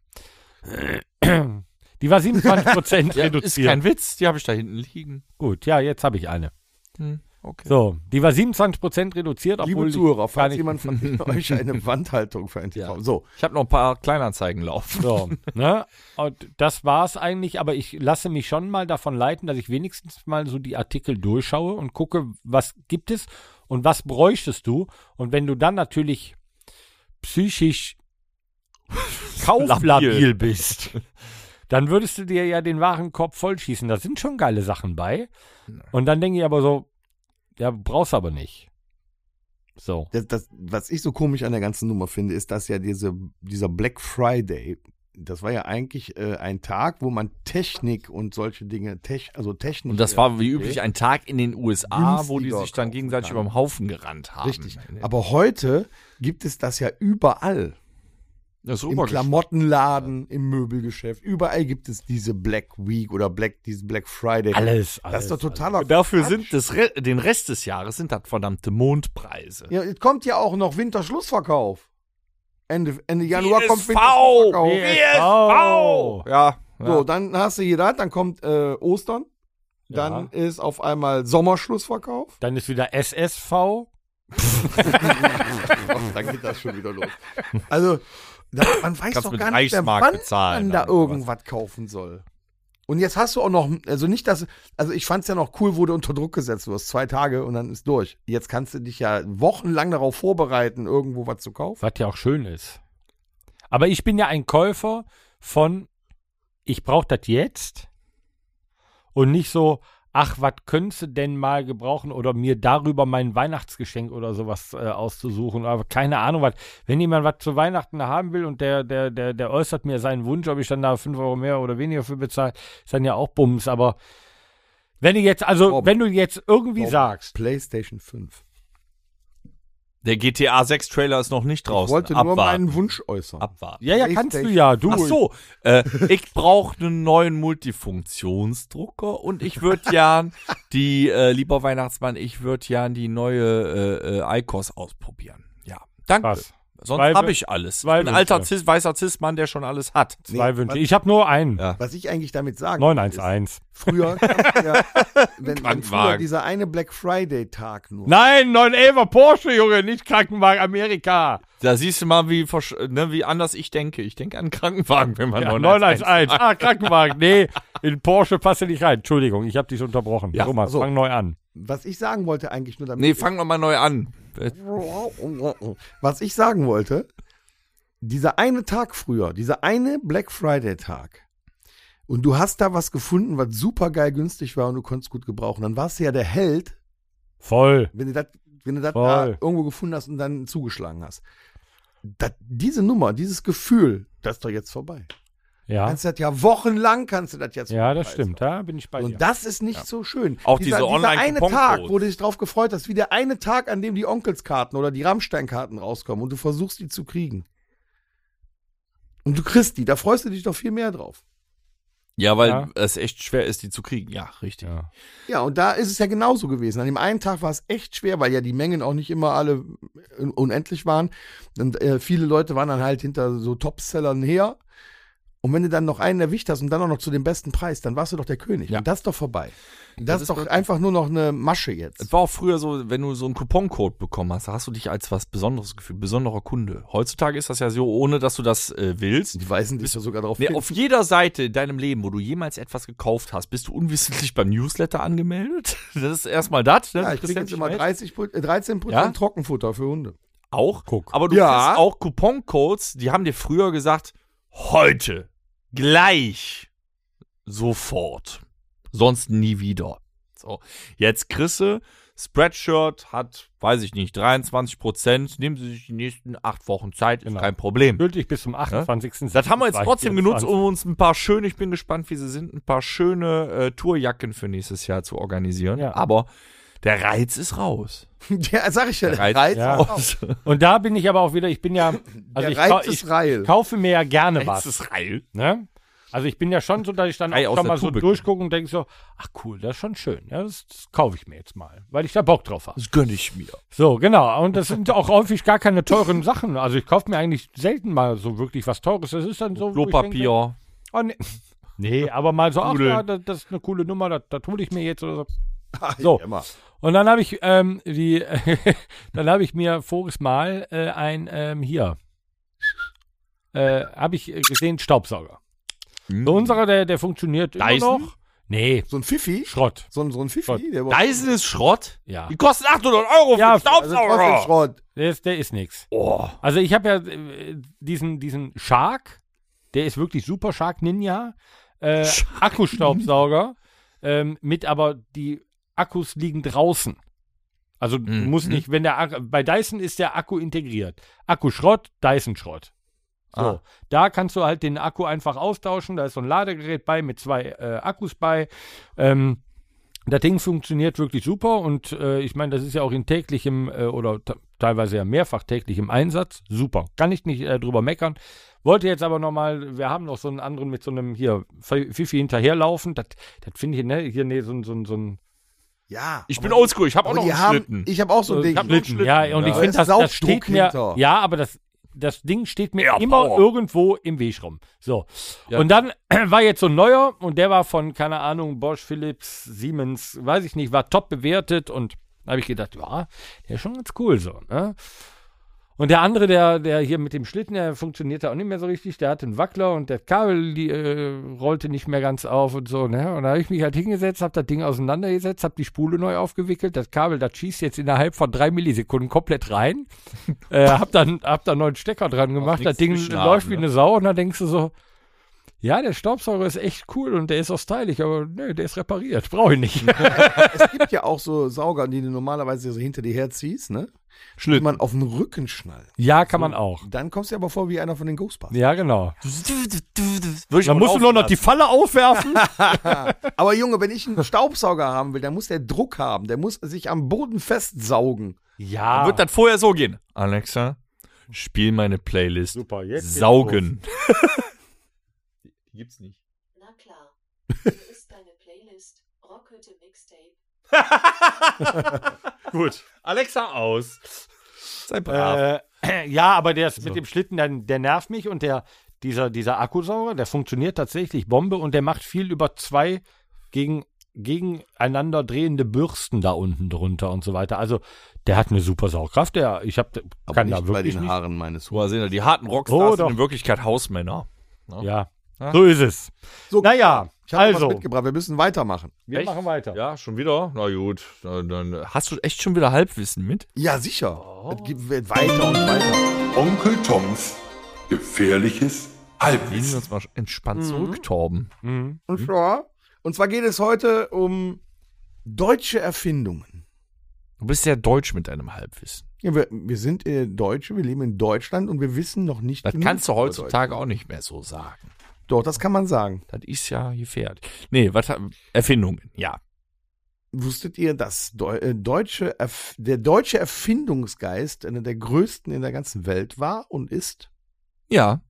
Die war 27 Prozent Ja, ist reduziert. kein Witz, die habe ich da hinten liegen. Gut, ja, jetzt habe ich eine. Hm, okay. So, die war 27 Prozent reduziert, obwohl Liebe ich Zuhörer, gar falls nicht, jemand von euch eine Wandhaltung für einen TV. So, Ich habe noch ein paar Kleinanzeigen laufen. so, ne? Und das war's eigentlich, aber ich lasse mich schon mal davon leiten, dass ich wenigstens mal so die Artikel durchschaue und gucke, was gibt es und was bräuchtest du? Und wenn du dann natürlich psychisch kauflabil bist, dann würdest du dir ja den wahren Korb vollschießen. Da sind schon geile Sachen bei. Und dann denke ich aber so, ja, brauchst aber nicht. So. das, das, was ich so komisch an der ganzen Nummer finde, ist, dass ja diese, dieser Black Friday, das war ja eigentlich äh, ein Tag, wo man Technik und solche Dinge, Tech, also Technik. Und das war wie üblich ein Tag in den USA, wo die Günstiger sich dann kaufen gegenseitig kann. über den Haufen gerannt haben. Richtig. Aber heute gibt es das ja überall. Das ist Im rübergeschwappt. Klamottenladen, im Möbelgeschäft. Überall gibt es diese Black Week oder Black, diesen Black Friday. Alles, alles. Das ist doch totaler Dafür Quatsch. sind des Re den Rest des Jahres sind das verdammte Mondpreise. Ja, jetzt kommt ja auch noch Winterschlussverkauf. Ende, Ende Januar kommt BSV, Winterschlussverkauf. BSV. Ja. So, dann hast du hier das, dann kommt äh, Ostern. Ja. Dann ist auf einmal Sommerschlussverkauf. Dann ist wieder SSV. dann geht das schon wieder los. Also, da, man weiß Kannst doch mit gar nicht, mehr, Reichsmark wann bezahlen, man da dann, oder was? irgendwas kaufen soll. Und jetzt hast du auch noch, also nicht, dass, also ich fand's ja noch cool, wo du unter Druck gesetzt wirst. Zwei Tage und dann ist durch. Jetzt kannst du dich ja wochenlang darauf vorbereiten, irgendwo was zu kaufen. Was ja auch schön ist. Aber ich bin ja ein Käufer von, ich brauche das jetzt und nicht so, ach, was könntest du denn mal gebrauchen oder mir darüber mein Weihnachtsgeschenk oder sowas äh, auszusuchen. Aber keine Ahnung, was. Wenn jemand was zu Weihnachten haben will und der, der, der, der äußert mir seinen Wunsch, ob ich dann da 5 Euro mehr oder weniger für bezahle, ist dann ja auch Bums. Aber wenn du jetzt, also, Torben. wenn du jetzt irgendwie Torben. sagst, PlayStation 5. Der GTA 6 Trailer ist noch nicht Ich draußen. wollte nur meinen Wunsch äußern. Abwarten. ja, ja, kannst du ja, du. Ach so, äh, ich brauche einen neuen Multifunktionsdrucker und ich würde gern die, äh, lieber Weihnachtsmann, ich würde gern die neue äh, äh, ICOS ausprobieren. Ja, danke. Krass. Zwei Sonst Wü- habe ich alles. Ich zwei bin ein alter Wünsche. Cis, weißer Cis-Mann, der schon alles hat. Zwei Nee, Wünsche. was- Ich habe nur einen. Ja. Was ich eigentlich damit sagen will, ist, 911. früher, kannst du ja, wenn, wenn früher Krankenwagen. dieser eine Black Friday Tag nur. Nein, 911er Porsche, Junge, nicht Krankenwagen Amerika. Da siehst du mal, wie, versch- ne, wie anders ich denke. Ich denke an einen Krankenwagen, wenn man Ja, 911 911. Ah, Krankenwagen. Nee, in Porsche passt er nicht rein. Entschuldigung, ich habe dich unterbrochen. Ja, Thomas, so. fang neu an. Was ich sagen wollte eigentlich nur damit. Nee, fang noch mal neu an. Was ich sagen wollte, dieser eine Tag früher, dieser eine Black Friday-Tag, und du hast da was gefunden, was super geil günstig war und du konntest gut gebrauchen, dann warst du ja der Held, Voll. wenn du das wenn du das da Voll. irgendwo gefunden hast und dann zugeschlagen hast. Das, diese Nummer, dieses Gefühl, das ist doch jetzt vorbei. Ja, Kannst du das ja wochenlang kannst du das jetzt ja das vorbei- stimmt. Da bin ich bei dir. Und das ist nicht so schön. Auch diese Dieser eine Online-Couponcodes. Tag, wo du dich drauf gefreut hast, wie der eine Tag, an dem die Onkelskarten oder die Rammstein-Karten rauskommen und du versuchst, die zu kriegen. Und du kriegst die, da freust du dich doch viel mehr drauf. Ja, weil Ja. es echt schwer ist, die zu kriegen. Ja, richtig. ja. Ja, und da ist es ja genauso gewesen. An dem einen Tag war es echt schwer, weil ja die Mengen auch nicht immer alle un- unendlich waren. Und äh, viele Leute waren dann halt hinter so Topsellern her. Und wenn du dann noch einen erwischt hast und dann auch noch zu dem besten Preis, dann warst du doch der König. Ja. Und das ist doch vorbei. Das, ist ist doch wirklich- einfach nur noch eine Masche jetzt. Es war auch früher so, wenn du so einen Couponcode bekommen hast, da hast du dich als was Besonderes gefühlt, besonderer Kunde. Heutzutage ist das ja so, ohne dass du das äh, willst. Die weisen dich ja sogar drauf Nee, oh, hin. auf jeder Seite in deinem Leben, wo du jemals etwas gekauft hast, bist du unwissentlich beim Newsletter angemeldet. Das ist erstmal das. Ne? ja, Du ich kriegst kriege jetzt ja immer nicht mit. 30, Pro- äh, 13 Prozent Ja? Trockenfutter für Hunde. Auch. Guck. Aber du Ja. kriegst auch Couponcodes, die haben dir früher gesagt, heute, gleich, sofort, sonst nie wieder. So, jetzt kriegst du, Spreadshirt hat, weiß ich nicht, 23 Prozent, nehmen sie sich die nächsten acht Wochen Zeit, Genau. ist kein Problem. Gültig bis zum 28. Das haben wir jetzt 24. trotzdem genutzt, um uns ein paar schöne, ich bin gespannt, wie sie sind, ein paar schöne äh, Tourjacken für nächstes Jahr zu organisieren. Ja. Aber der Reiz ist raus. Ja, sag ich ja. Der Reiz, Reiz, ja. ist raus. um- Und da bin ich aber auch wieder, ich bin ja, also Der ich, Reiz kau ist ich reil. kaufe mir ja gerne Reiz was. ist reil. Ne? Also ich bin ja schon so, dass ich dann Ei auch aus schon der mal so Tube. durchgucke und denke so, ach cool, das ist schon schön. Ja, das, das kaufe ich mir jetzt mal, weil ich da Bock drauf habe. Das gönne ich mir. So, genau. Und das sind auch häufig gar keine teuren Sachen. Also ich kaufe mir eigentlich selten mal so wirklich was Teures. Das ist dann so. wo ich denke, Klopapier. Oh, nee. nee, aber mal so, ach Nudeln. ja, das, das ist eine coole Nummer, das, das hole ich mir jetzt oder so. Ah, So. Und dann habe ich ähm, die, dann habe ich mir voriges Mal äh, ein ähm, hier äh, habe ich äh, gesehen Staubsauger. So unserer, der, der funktioniert immer Hm. Dyson? noch. Nee, so ein Pfiffi, Schrott. so ein, so ein Pfiffi, der Dyson ist Schrott? Ja. Die kosten 800 Euro für Ja, einen also trotzdem Staubsauger. Schrott. Der ist, der ist nix. oh. Also ich habe ja äh, diesen, diesen Shark, der ist wirklich super Shark Ninja. Äh, Akkustaubsauger ähm, mit aber die Akkus liegen draußen. Also Mhm. muss nicht, wenn der Akku, bei Dyson ist der Akku integriert. Akku Schrott, Dyson Schrott. So, Ah. da kannst du halt den Akku einfach austauschen. Da ist so ein Ladegerät bei mit zwei äh, Akkus bei. Ähm, das Ding funktioniert wirklich super und äh, ich meine, das ist ja auch in täglichem äh, oder t- teilweise ja mehrfach täglichem Einsatz. Super, kann ich nicht äh, drüber meckern. Wollte jetzt aber nochmal, wir haben noch so einen anderen mit so einem hier F- Fifi hinterherlaufen. Das das finde ich, ne, hier, ne, so, ein- so, ein- so ein. Ja. Ich bin oldschool, ich habe auch aber noch die einen haben, Schlitten. Also, ich habe auch so ein Ding. hab einen Schlitten. Ja, und Ja. ich finde, Da das, ist das steht Saugdruck mir. hinter. Ja, aber das, das Ding steht mir Ja, immer Power. irgendwo im Weg rum. So. Ja. Und dann war jetzt so ein neuer und der war von, keine Ahnung, Bosch, Philips, Siemens, weiß ich nicht, war top bewertet und da habe ich gedacht, ja, der ist schon ganz cool so. Ne? Und der andere, der, der hier mit dem Schlitten, der funktionierte auch nicht mehr so richtig. Der hatte einen Wackler und der Kabel die, äh, rollte nicht mehr ganz auf und so. Ne? Und da habe ich mich halt hingesetzt, habe das Ding auseinandergesetzt, habe die Spule neu aufgewickelt. Das Kabel, das schießt jetzt innerhalb von drei Millisekunden komplett rein. äh, hab dann hab da einen neuen Stecker dran gemacht. nichts Das Ding zwischen läuft haben, wie ne? eine Sau und dann denkst du so, ja, der Staubsauger ist echt cool und der ist auch stylisch, aber nö, der ist repariert. Brauche ich nicht. Es gibt ja auch so Sauger, die du normalerweise so hinter dir herziehst, ne? Die Schlitten. man auf den Rücken schnallt. ja, kann man auch. Dann kommst du dir aber vor wie einer von den Ghostbusters. Ja, genau. Würde ich Dann mal musst du nur noch die auflassen. Falle aufwerfen. Aber Junge, wenn ich einen Staubsauger haben will, dann muss der Druck haben. Der muss sich am Boden festsaugen. ja. Wird dann vorher so gehen. Alexa, spiel meine Playlist. super. Jetzt Saugen. Die Gibt's nicht. Na klar. Hier ist deine Playlist. Rockhütte Mixtape. Gut. Alexa aus. Sei brav. Äh, ja, aber der ist mit dem Schlitten, der, der nervt mich und der, dieser, dieser Akkusauger, der funktioniert tatsächlich Bombe und der macht viel über zwei gegen gegeneinander drehende Bürsten da unten drunter und so weiter. Also, der hat eine super Saugkraft. Der, ich hab, Aber kann nicht da bei wirklich den nicht. Haaren meines Guck mal, Hundes. sehen wir, die harten Rockstars Oh, sind doch. in Wirklichkeit Hausmänner. Ja, so ist es. ne? So, Naja, ich habe was also, mitgebracht. Wir müssen weitermachen. wir Echt? machen weiter. Ja, schon wieder? Na gut. Dann, dann äh, hast du echt schon wieder Halbwissen mit? Ja, sicher. Oh. Es geht wird weiter und weiter. Onkel Toms gefährliches Lehnen wir Halbwissen. uns mal entspannt zurück, Torben. Mhm. Und zwar, und zwar geht es heute um deutsche Erfindungen. Du bist sehr deutsch mit deinem Halbwissen. Ja, wir, wir sind äh, Deutsche, wir leben in Deutschland und wir wissen noch nicht. Das genug kannst du über heutzutage auch nicht mehr so sagen. Deutschland. Doch, das kann man sagen. Das ist ja gefährlich. Nee, was hat- Erfindungen, ja. Wusstet ihr, dass Deu äh, deutsche Erf der deutsche Erfindungsgeist einer der größten in der ganzen Welt war und ist? Ja.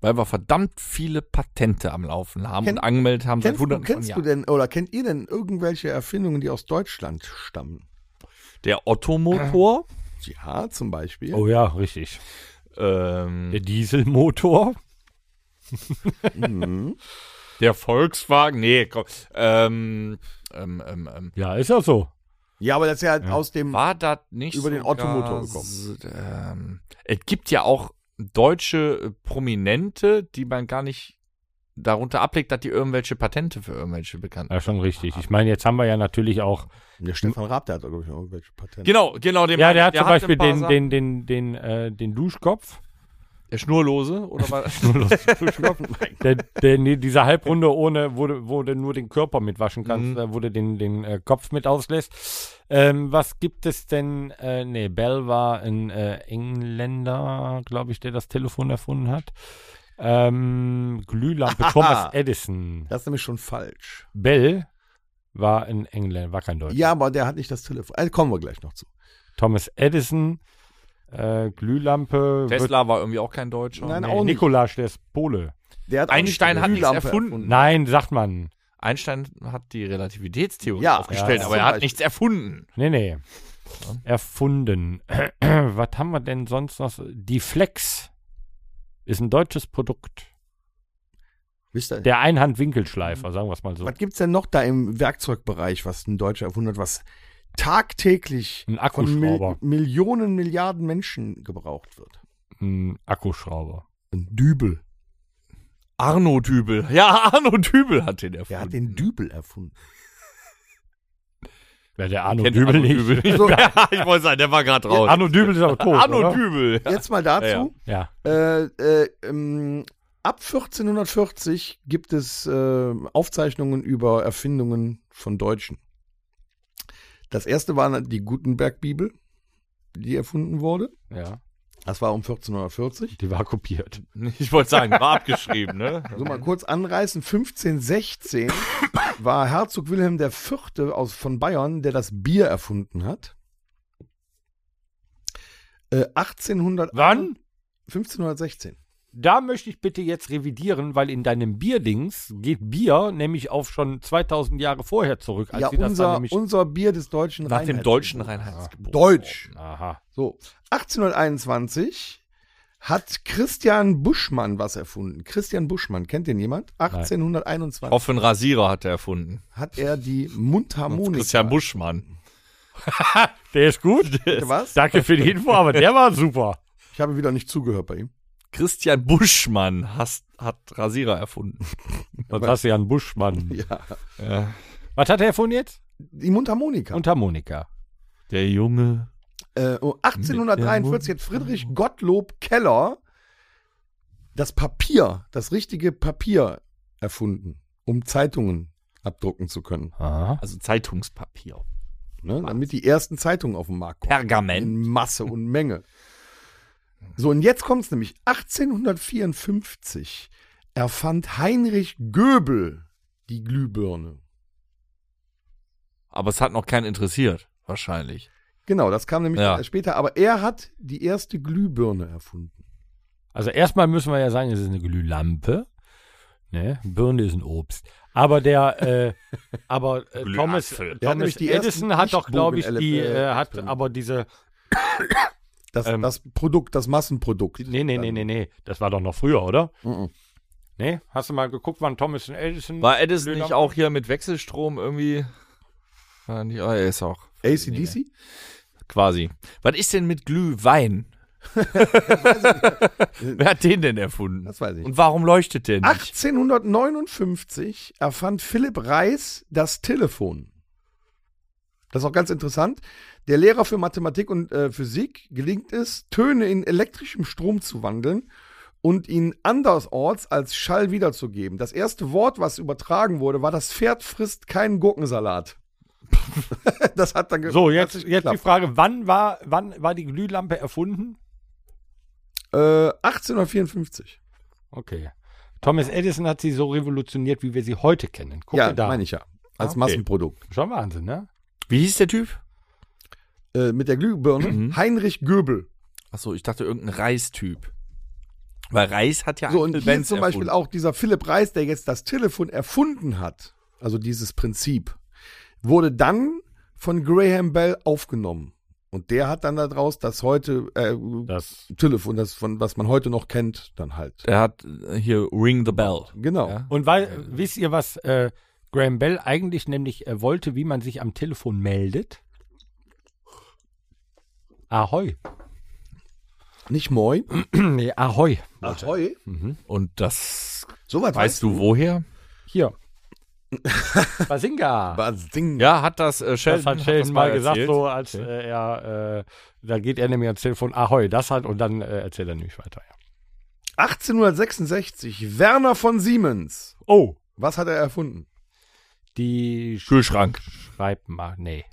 Weil wir verdammt viele Patente am Laufen haben Kenn- und angemeldet haben Kennst, du, hunderten von kennst du Jahren. denn oder kennt ihr denn irgendwelche Erfindungen, die aus Deutschland stammen? Der Ottomotor, Ja, Mhm. zum Beispiel. Oh ja, richtig. Der ähm, Dieselmotor. Mhm. der Volkswagen, nee, komm, ähm, ähm, ähm, ähm, Ja, ist ja so. Ja, aber das ist ja, halt aus dem. war das nicht Über den Ottomotor gekommen? Ähm, es gibt ja auch deutsche äh, Prominente, die man gar nicht darunter ablegt, dass die irgendwelche Patente für irgendwelche bekannten. Ja, schon richtig. Ich meine, jetzt haben wir ja natürlich auch. Der Stefan Raab, der hat, glaube ich, irgendwelche Patente. Genau, genau. Den Ja, der hat zum Beispiel ein paar den, Sachen. den, den, den, äh, den Duschkopf. der Schnurlose oder was? Der, der, nee, diese Halbrunde ohne, wo du, wo du nur den Körper mitwaschen Mhm. kannst, äh, wo du den, den äh, Kopf mit auslässt. Ähm, was gibt es denn? Äh, nee, Bell war ein äh, Engländer, glaube ich, der das Telefon erfunden hat. Ähm, Glühlampe, Thomas Edison. Das ist nämlich schon falsch. Bell war ein Engländer, war kein Deutscher. Ja, aber der hat nicht das Telefon. Also kommen wir gleich noch zu. Thomas Edison, äh, Glühlampe. wird- Tesla war irgendwie auch kein Deutscher. Nein, Nee, auch nicht. Nikolasch, der ist Pole. Der hat auch Einstein nicht hat die nichts Glühlampe erfunden. Nein, sagt man. Einstein hat die Relativitätstheorie Ja, aufgestellt, ja, aber zum er hat Beispiel. nichts erfunden. Nee, nee. Erfunden. Was haben wir denn sonst noch? Die Flex ist ein deutsches Produkt. Wisst ihr, Der Einhandwinkelschleifer, sagen wir es mal so. was gibt's denn noch da im Werkzeugbereich, was ein Deutscher erfunden hat, was tagtäglich Ein von Mil Akkuschrauber. Millionen, Milliarden Menschen gebraucht wird? Ein Akkuschrauber. Ein Dübel. Arno Dübel. Ja, Arno Dübel hat den erfunden. Wer hat den Dübel erfunden? Ja, der Arno Kennt Dübel Arno nicht. Dübel. So. ja, ich wollte sagen, der war gerade raus. Arno Dübel ist aber tot. Arno oder? Dübel. Jetzt mal dazu. Ja, Ja. Äh, äh, ähm, ab 1440 gibt es äh, Aufzeichnungen über Erfindungen von Deutschen. Das erste war die Gutenberg-Bibel, die erfunden wurde. ja. Das war um 1440. Die war kopiert. Ich wollte sagen, war abgeschrieben, ne? So mal kurz anreißen. 1516 war Herzog Wilhelm IV. Aus, von Bayern, der das Bier erfunden hat. Äh, 1800 Wann? 1516. Da möchte ich bitte jetzt revidieren, weil in deinem Bierdings geht Bier nämlich auf schon 2000 Jahre vorher zurück, als ja, sie das dann unser, nämlich. unser Bier des deutschen Nach dem Reinheitsgebot. deutschen Reinheitsgebot. Deutsch. Aha. So, 1821 hat Christian Buschmann was erfunden. Christian Buschmann, kennt den jemand? 1821 Auf einen Rasierer hat er erfunden. hat er die Mundharmonika. Christian Buschmann. Der ist gut. Was? Danke für die Info, aber der war super. Ich habe wieder nicht zugehört bei ihm. Christian Buschmann hast, hat Rasierer erfunden. Sonst hast du ja einen Buschmann. Ja. Was hat er erfunden jetzt? Die Mundharmonika. Und Harmonika. Der Junge. Äh, oh, 1843 hat Friedrich Gottlob Keller das Papier, das richtige Papier erfunden, um Zeitungen abdrucken zu können. Aha. Also Zeitungspapier. Ne? Damit die ersten Zeitungen auf den Markt kommen. Pergament. in Masse und Menge. So, und jetzt kommt es nämlich. 1854 erfand Heinrich Göbel die Glühbirne. Aber es hat noch keinen interessiert, wahrscheinlich. Genau, das kam nämlich Ja. später, aber er hat die erste Glühbirne erfunden. Also erstmal müssen wir ja sagen, es ist eine Glühlampe. Ne? Birne ist ein Obst. Aber der, äh, aber äh, Thomas, Glühapfel. Der hat nämlich Thomas die Edison ersten hat doch, glaube ich, die, Lichtbogen- äh, hat aber diese, Das, Ähm. Ähm. das Produkt, das Massenprodukt. nee, nee, nee, nee, nee, das war doch noch früher, oder? Nee? Hast du mal geguckt, wann Thomas und Edison. War Edison Blöder- nicht auch hier mit Wechselstrom irgendwie? War nicht, ah, er ist auch ACDC? quasi. Was ist denn mit Glühwein? Wer hat den denn erfunden? Das weiß ich nicht. Und warum leuchtet der nicht? 1859 erfand Philipp Reis das Telefon. Das ist auch ganz interessant. Der Lehrer für Mathematik und äh, Physik gelingt es, Töne in elektrischem Strom zu wandeln und ihn andersorts als Schall wiederzugeben. Das erste Wort, was übertragen wurde, war das Pferd frisst keinen Gurkensalat. das hat dann ge- so, hat jetzt, sich jetzt die geklappt. Frage: wann war, wann war die Glühlampe erfunden? äh, 1854. Okay. Thomas Edison hat sie so revolutioniert, wie wir sie heute kennen. Guck ja, dir da. meine ich ja. Als Ah, okay. Massenprodukt. Schon Wahnsinn, ne? Wie hieß der Typ? Äh, mit der Glühbirne Mhm. Heinrich Göbel. Achso, ich dachte irgendein Reistyp. Weil Reis hat ja So, und Uncle hier Benz zum Beispiel erfunden. auch dieser Philipp Reis, der jetzt das Telefon erfunden hat, also dieses Prinzip, wurde dann von Graham Bell aufgenommen. Und der hat dann daraus das heute äh, Das. Telefon, das von was man heute noch kennt, dann halt. Er hat äh, hier Ring the Bell. Genau. Ja. Und weil, wisst ihr, was äh, Graham Bell eigentlich nämlich äh, wollte, wie man sich am Telefon meldet? Ahoi. Nicht Moi. Hm, nee, Ahoi. Ahoi. Und das So was weißt du woher? Hier. Basinga. Was Ding. Ja, hat das äh, Das Sheldon, hat Sheldon mal gesagt, erzählt. so als äh, er, äh, da geht er nämlich ans Telefon, ahoi, das hat, und dann äh, erzählt er nämlich weiter. Ja. 1866, Werner von Siemens. Oh, Was hat er erfunden? die Kühlschrank. Schreibmarke, nee.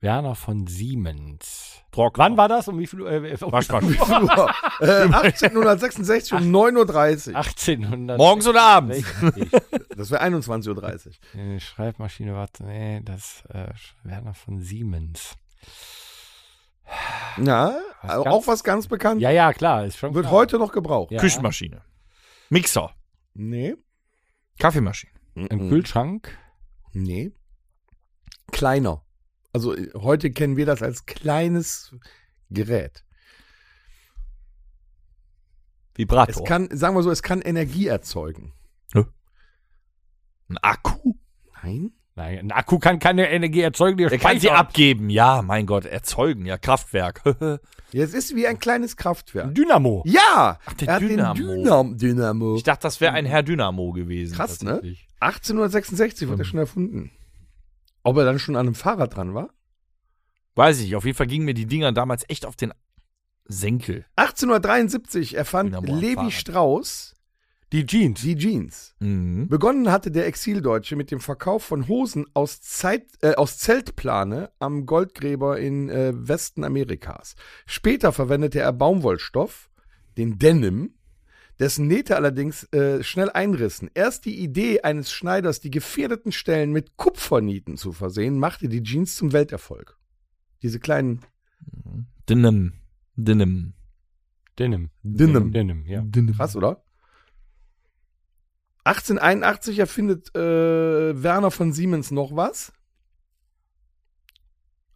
Werner von Siemens. Trock. Wann war das? Um wie viel Uhr? Äh, um Waschmaschine. äh, 1866 um 9.30 Uhr. 1800. Morgens oder abends? Das wäre 21.30 Uhr. Nee, äh, Schreibmaschine, warte, nee, das äh, Werner von Siemens. Na, also ganz- auch was ganz bekannt. Ja, ja, klar, ist schon Wird klar. heute noch gebraucht. ja. Küchenmaschine. Mixer. Nee. Kaffeemaschine. Ein Kühlschrank. Nee. Kleiner. Also äh, heute kennen wir das als kleines Gerät. Vibrator. Es kann, sagen wir so, es kann Energie erzeugen. Ein Akku. Nein? Nein, ein Akku kann keine Energie erzeugen, die Er kann sie speichern. abgeben. Ja, mein Gott, erzeugen. Ja, Kraftwerk. Jetzt ist wie ein kleines Kraftwerk. Dynamo. Ja! Ach, der er hat Dynamo. den Dynam Dynamo. ich dachte, das wäre ein Herr Dynamo gewesen. Krass, ne? tatsächlich. 1866 wurde er schon erfunden. Ob er dann schon an einem Fahrrad dran war? Weiß ich. nicht. Auf jeden Fall gingen mir die Dinger damals echt auf den Senkel. 1873 erfand Dynamo am Levi Fahrrad. Strauss Die Jeans. die Jeans. Mhm. Begonnen hatte der Exildeutsche mit dem Verkauf von Hosen aus, Zeit, äh, aus Zeltplane am Goldgräber in äh, Westen Amerikas. Später verwendete er Baumwollstoff, den Denim, dessen Nähte allerdings äh, schnell einrissen. Erst die Idee eines Schneiders, die gefährdeten Stellen mit Kupfernieten zu versehen, machte die Jeans zum Welterfolg. Diese kleinen Denim. Denim. Denim. Denim. Denim, ja. Krass, oder? 1881 erfindet äh, Werner von Siemens noch was.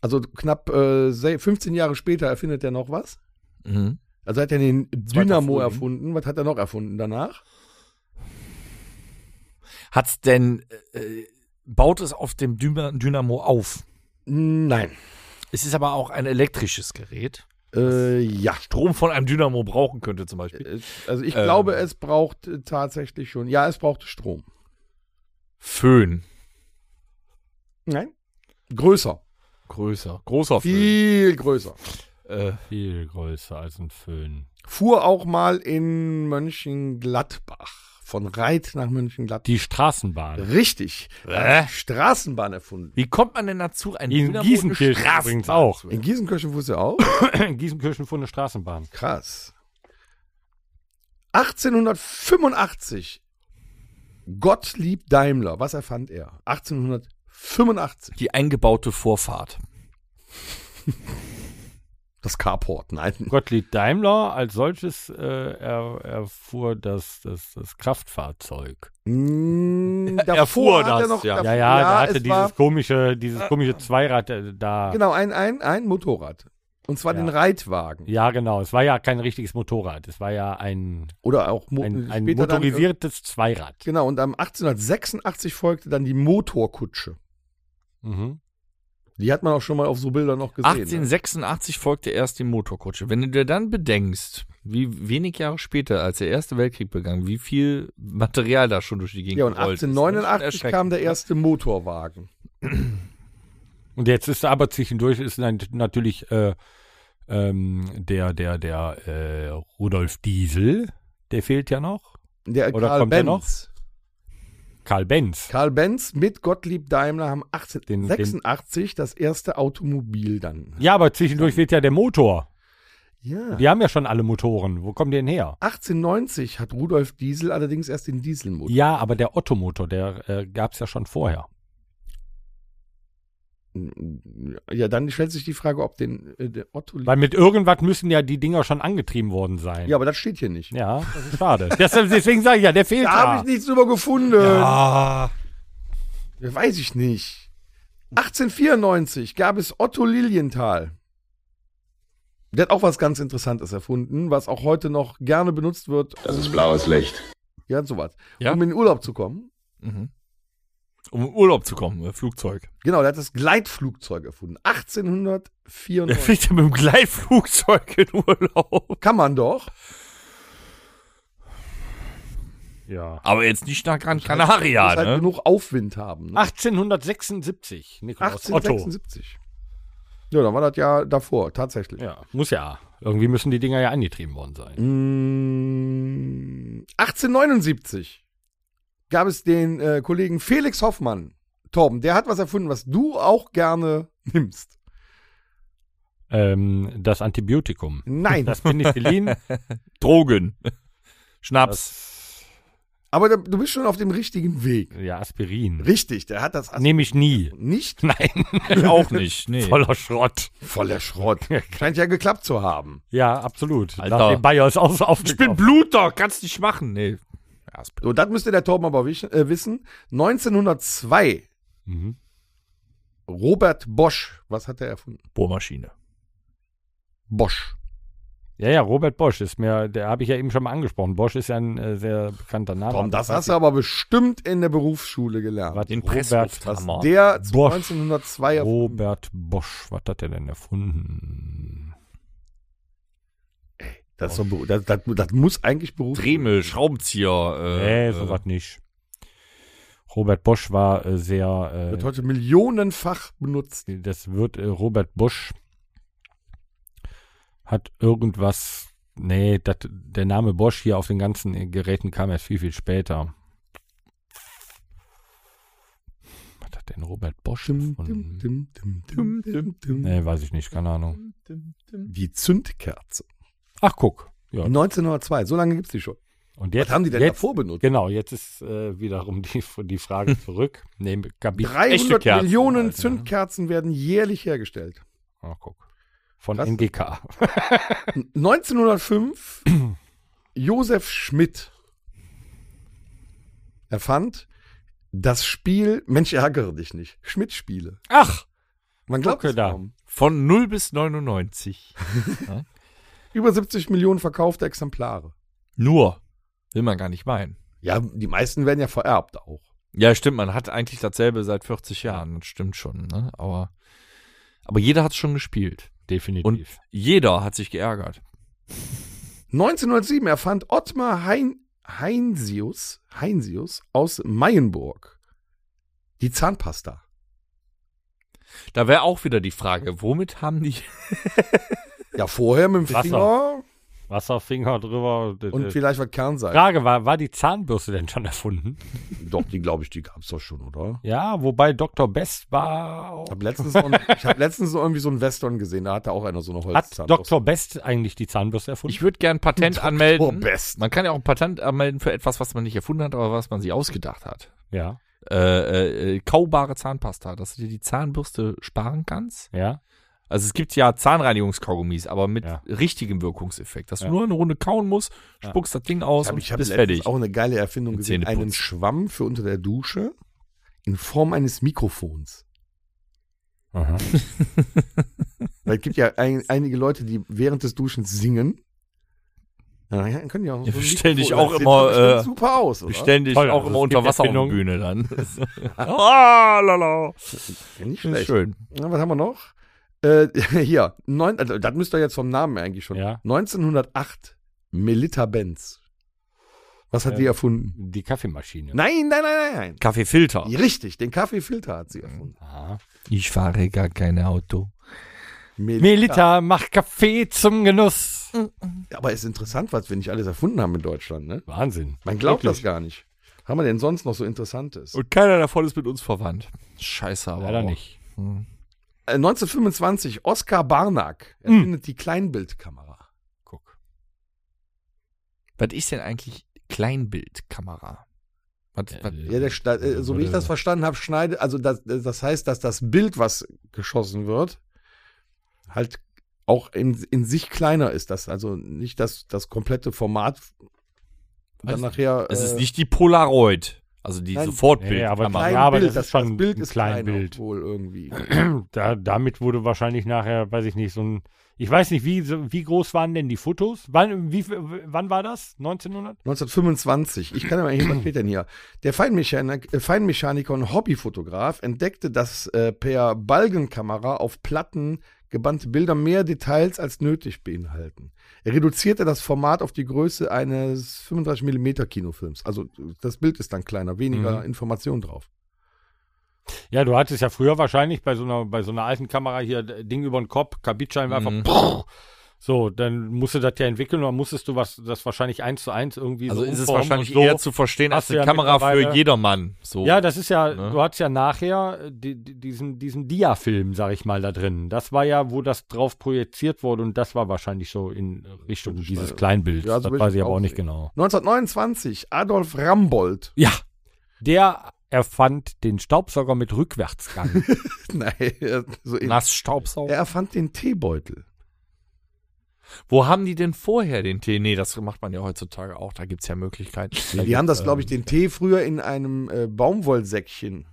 Also knapp äh, se- 15 Jahre später erfindet er noch was. Mhm. Also hat er den Dynamo Frühling. erfunden. Was hat er noch erfunden danach? Hat's denn, äh, baut es auf dem Dyna- Dynamo auf? Nein. Es ist aber auch ein elektrisches Gerät. Äh, ja. Strom von einem Dynamo brauchen könnte zum Beispiel. Äh, Also ich Ähm. glaube, es braucht äh, tatsächlich schon. Ja, es braucht Strom. Föhn. Nein. Größer. Größer. Großer Föhn. Viel größer. Äh, Viel größer als ein Föhn. Fuhr auch mal in Mönchengladbach. Von Reit nach Mönchengladbach. Die Straßenbahn. Richtig. Er hat die Straßenbahn erfunden. wie kommt man denn dazu, ein In Dynamo Gießenkirchen eine übrigens Straßenbahn auch. zu- In Gießenkirchen wusste er auch. In Gießenkirchen fuhr eine Straßenbahn. Krass. 1885. Gottlieb Daimler. Was erfand er? 1885. Die eingebaute Vorfahrt. Das Carport. Nein. Gottlieb Daimler als solches äh, er, erfuhr das, das, das Kraftfahrzeug. Mm, Davor fuhr hat er das, noch, ja. davor- Ja, ja, der hatte es war, dieses komische, dieses komische Zweirad äh, da. Genau, ein, ein, ein Motorrad. Und zwar den Reitwagen. Ja, genau. Es war ja kein richtiges Motorrad. Es war ja ein, Oder auch mo ein, ein später dann- äh motorisiertes Zweirad. Genau, und am 1886 folgte dann die Motorkutsche. Mhm. Die hat man auch schon mal auf so Bildern noch gesehen. ne? 1886 folgte erst die Motorkutsche. Wenn du dir dann bedenkst, wie wenig Jahre später, als der Erste Weltkrieg begann, wie viel Material da schon durch die Gegend Ja, und gerollt ist, ne? das ist schon 1889 erschreckend. kam der erste Motorwagen. Und jetzt ist aber zwischendurch ist dann natürlich äh, ähm, der, der, der äh, Rudolf Diesel, der fehlt ja noch. Der Oder Karl kommt Benz. der noch? Karl Benz. Karl Benz mit Gottlieb Daimler haben Den- den- 1886 das erste Automobil dann. Ja, aber zwischendurch fehlt ja der Motor. Ja. Die haben ja schon alle Motoren. Wo kommen die denn her? 1890 hat Rudolf Diesel allerdings erst den Dieselmotor. Ja, aber der Ottomotor, der äh, gab es ja schon vorher. Ja, dann stellt sich die Frage, ob den äh, der Otto. Weil mit irgendwas müssen ja die Dinger schon angetrieben worden sein. Ja, aber das steht hier nicht. Ja, das ist schade. Deshalb, deswegen sage ich ja, der fehlt Da ja. habe ich nichts drüber gefunden. Ah, Ja, Weiß ich nicht. 1894 gab es Otto Lilienthal. Der hat auch was ganz Interessantes erfunden, was auch heute noch gerne benutzt wird. Das ist blaues Licht. Ja, sowas. Ja? Um in den Urlaub zu kommen. mhm. um in Urlaub zu kommen, äh, Flugzeug. Genau, der hat das Gleitflugzeug erfunden. Der 1894. fliegt ja mit dem Gleitflugzeug in Urlaub. Kann man doch. ja. Aber jetzt nicht nach Gran Canaria, muss halt ne? Ah, genug Aufwind haben. Ne? 1876, Nikolaus Otto. 1876. Ja, dann war das ja davor, tatsächlich. Ja, muss ja. Irgendwie müssen die Dinger ja angetrieben worden sein. Mm, 1879 gab es den äh, Kollegen Felix Hoffmann. Torben, der hat was erfunden, was du auch gerne nimmst. Ähm, das Antibiotikum. Nein, Das Penicillin. Drogen. Schnaps. aber da, du bist schon auf dem richtigen Weg. ja, Aspirin. Richtig, der hat das As- Nehme ich nie. nicht Nein, Ich auch nicht. Nee. voller Schrott. voller Schrott. Scheint ja geklappt zu haben. Ja, absolut. Alter. Nachdem Bayer ist aus Ich bin Bluter, kannst nicht machen. Nee. Ja, ist So, das müsste der Torben aber wischen, äh, wissen. 1902 Mhm. Robert Bosch. Was hat er erfunden? Bohrmaschine. Bosch. Ja, ja, Robert Bosch ist mir, der habe ich ja eben schon mal angesprochen. Bosch ist ja ein äh, sehr bekannter Name. Torben, das Aber hast du aber bestimmt in der Berufsschule gelernt. was Den Robert, Presslufthammer. Der zu Bosch. 1902 erfunden Robert Bosch, was hat er denn erfunden? Oh. Das, ist so, ein Beruf- das, das, das muss eigentlich Beruf Dremel, Schraubenzieher. nee, Äh, Hm. sowas nicht. Robert Bosch war äh, sehr. Wird heute millionenfach benutzt. Äh, das wird äh, Robert Bosch hat irgendwas. Nee, dat, der Name Bosch hier auf den ganzen äh, Geräten kam erst viel, viel später. Was hat denn Robert Bosch erfunden? Nee, weiß ich nicht, keine Ahnung. Die Zündkerze. Ach, guck. Ja. 1902, so lange gibt es die schon. Und jetzt, Was haben die denn jetzt, davor benutzt? Genau, jetzt ist äh, wiederum die, die Frage zurück. nee, Kabine. 300 Kerzen, Millionen halt, Alter. Zündkerzen werden jährlich hergestellt. Ah, guck. Von Krass. NGK. 1905 Josef Schmidt erfand das Spiel Mensch ärgere dich nicht. Schmidt-Spiele. Ach, Man glaubt Gucke es da. kaum. Von 0 bis 99. Über 70 Millionen verkaufte Exemplare. Nur. Will man gar nicht meinen. Ja, die meisten werden ja vererbt auch. Ja, stimmt, man hat eigentlich dasselbe seit 40 Jahren. Das stimmt schon, ne? Aber, aber jeder hat es schon gespielt. Und definitiv. jeder hat sich geärgert. 1907 erfand Ottmar hein Heinsius, Heinsius aus Mayenburg die Zahnpasta. Da wäre auch wieder die Frage, womit haben die. Ja, vorher mit dem Wasser. Finger Wasserfinger drüber. d- d- und vielleicht was Kernseife. Frage war, war die Zahnbürste denn schon erfunden? Doch, die glaube ich, die gab es doch schon, oder? Ja, wobei Dr. Best war. auch- Ich habe letztens, noch- ich hab letztens noch irgendwie so einen Western gesehen, da hatte auch einer so eine Hat Holzzahnpasta. Dr. Best eigentlich die Zahnbürste erfunden? Ich würde gern ein Patent anmelden. Best. Man kann ja auch ein Patent anmelden für etwas, was man nicht erfunden hat, aber was man sich ausgedacht hat. ja. Äh, äh, äh, kaubare Zahnpasta, dass du dir die Zahnbürste sparen kannst. Ja. Also es gibt ja Zahnreinigungskaugummis, aber mit Ja. richtigem Wirkungseffekt. Dass Ja. du nur eine Runde kauen musst, spuckst das Ding aus Ich habe und ich hab bist letztens fertig. auch eine geile Erfindung Mit gesehen. Zähneputz. Einen Schwamm für unter der Dusche in Form eines Mikrofons. Aha. Weil es gibt ja ein, einige Leute, die während des Duschens singen. Ja, dann können die auch Ja, so ein wir stellen dich Mikrofon- auch das sieht immer, doch bestimmt äh, super aus, oder? Beständig Toll, auch also immer es gibt unter Wasser auf der Erfindungen. Bühne dann. ah, Ja, lala. nicht Das ist schlecht. schön. Na, was haben wir noch? Äh, hier, neun, also, das müsst ihr jetzt vom Namen eigentlich schon. Ja. 1908, Melitta Benz. Was hat Ja. die erfunden? Die Kaffeemaschine. Nein, nein, nein, nein, nein. Kaffeefilter. Ja, Richtig, den Kaffeefilter hat sie erfunden. Ah. Ich fahre gar kein Auto. Melita macht Kaffee zum Genuss. Mhm. Aber ist interessant, was wir nicht alles erfunden haben in Deutschland, ne? Wahnsinn. Man glaubt das gar nicht. Haben wir denn sonst noch so Interessantes? Und keiner davon ist mit uns verwandt. Scheiße, aber. Leider auch. Hm. nicht. Äh, 1925, Oskar Barnack Hm. erfindet die Kleinbildkamera. Guck. Was ist denn eigentlich Kleinbildkamera? Was, was, Ja, der, Sta- äh, so wie ich das verstanden habe, schneidet, also das, das heißt, dass das Bild, was geschossen wird, halt auch in, in sich kleiner ist. Das also nicht das, das komplette Format dann Weiß nachher. das ist äh, nicht die Polaroid. Also die nein. Sofortbild. Nee, aber Kamera. klein- Kleinbild, Ja, aber das ist schon das Bild ein ist klein Kleinbild. wohl irgendwie. Da, damit wurde wahrscheinlich nachher, weiß ich nicht, so ein. Ich weiß nicht, wie, so- wie groß waren denn die Fotos? Wann, wie, wann war das? 1900? 1925. Ich kann aber hier, was steht denn hier? Der Feinmechanik, äh, Feinmechaniker und Hobbyfotograf entdeckte, dass äh, per Balgenkamera auf Platten gebannte Bilder mehr Details als nötig beinhalten. Er reduzierte das Format auf die Größe eines 35 mm Kinofilms. Also das Bild ist dann kleiner, weniger Information drauf. Ja, du hattest ja früher wahrscheinlich bei so einer, bei so einer alten Kamera hier äh, Ding über den Kopf, Kabitscheinwerfer. Mhm. prrr. So, dann musst du das ja entwickeln und dann musstest du was, das wahrscheinlich eins zu eins irgendwie Also so ist es umformen wahrscheinlich und so. eher zu verstehen als Hast eine du ja Kamera für mittlerweile- jedermann. So. Ja, das ist ja, Ne? du hattest ja nachher äh, die, die, diesen, diesen Dia-Film, sag ich mal, da drin. Das war ja, wo das drauf projiziert wurde und das war wahrscheinlich so in Richtung dieses Kleinbild. Ja, so das will weiß ich ich aber auch auch nicht sehen. genau. 1929, Adolf Rambold. Ja, der erfand den Staubsauger mit Rückwärtsgang. Nein, äh, so ähnlich. Nassstaubsauger. Er erfand den Teebeutel. Wo haben die denn vorher den Tee? Nee, das macht man ja heutzutage auch. Da gibt es ja Möglichkeiten. Die haben das, glaube ich, den Tee früher in einem äh, Baumwollsäckchen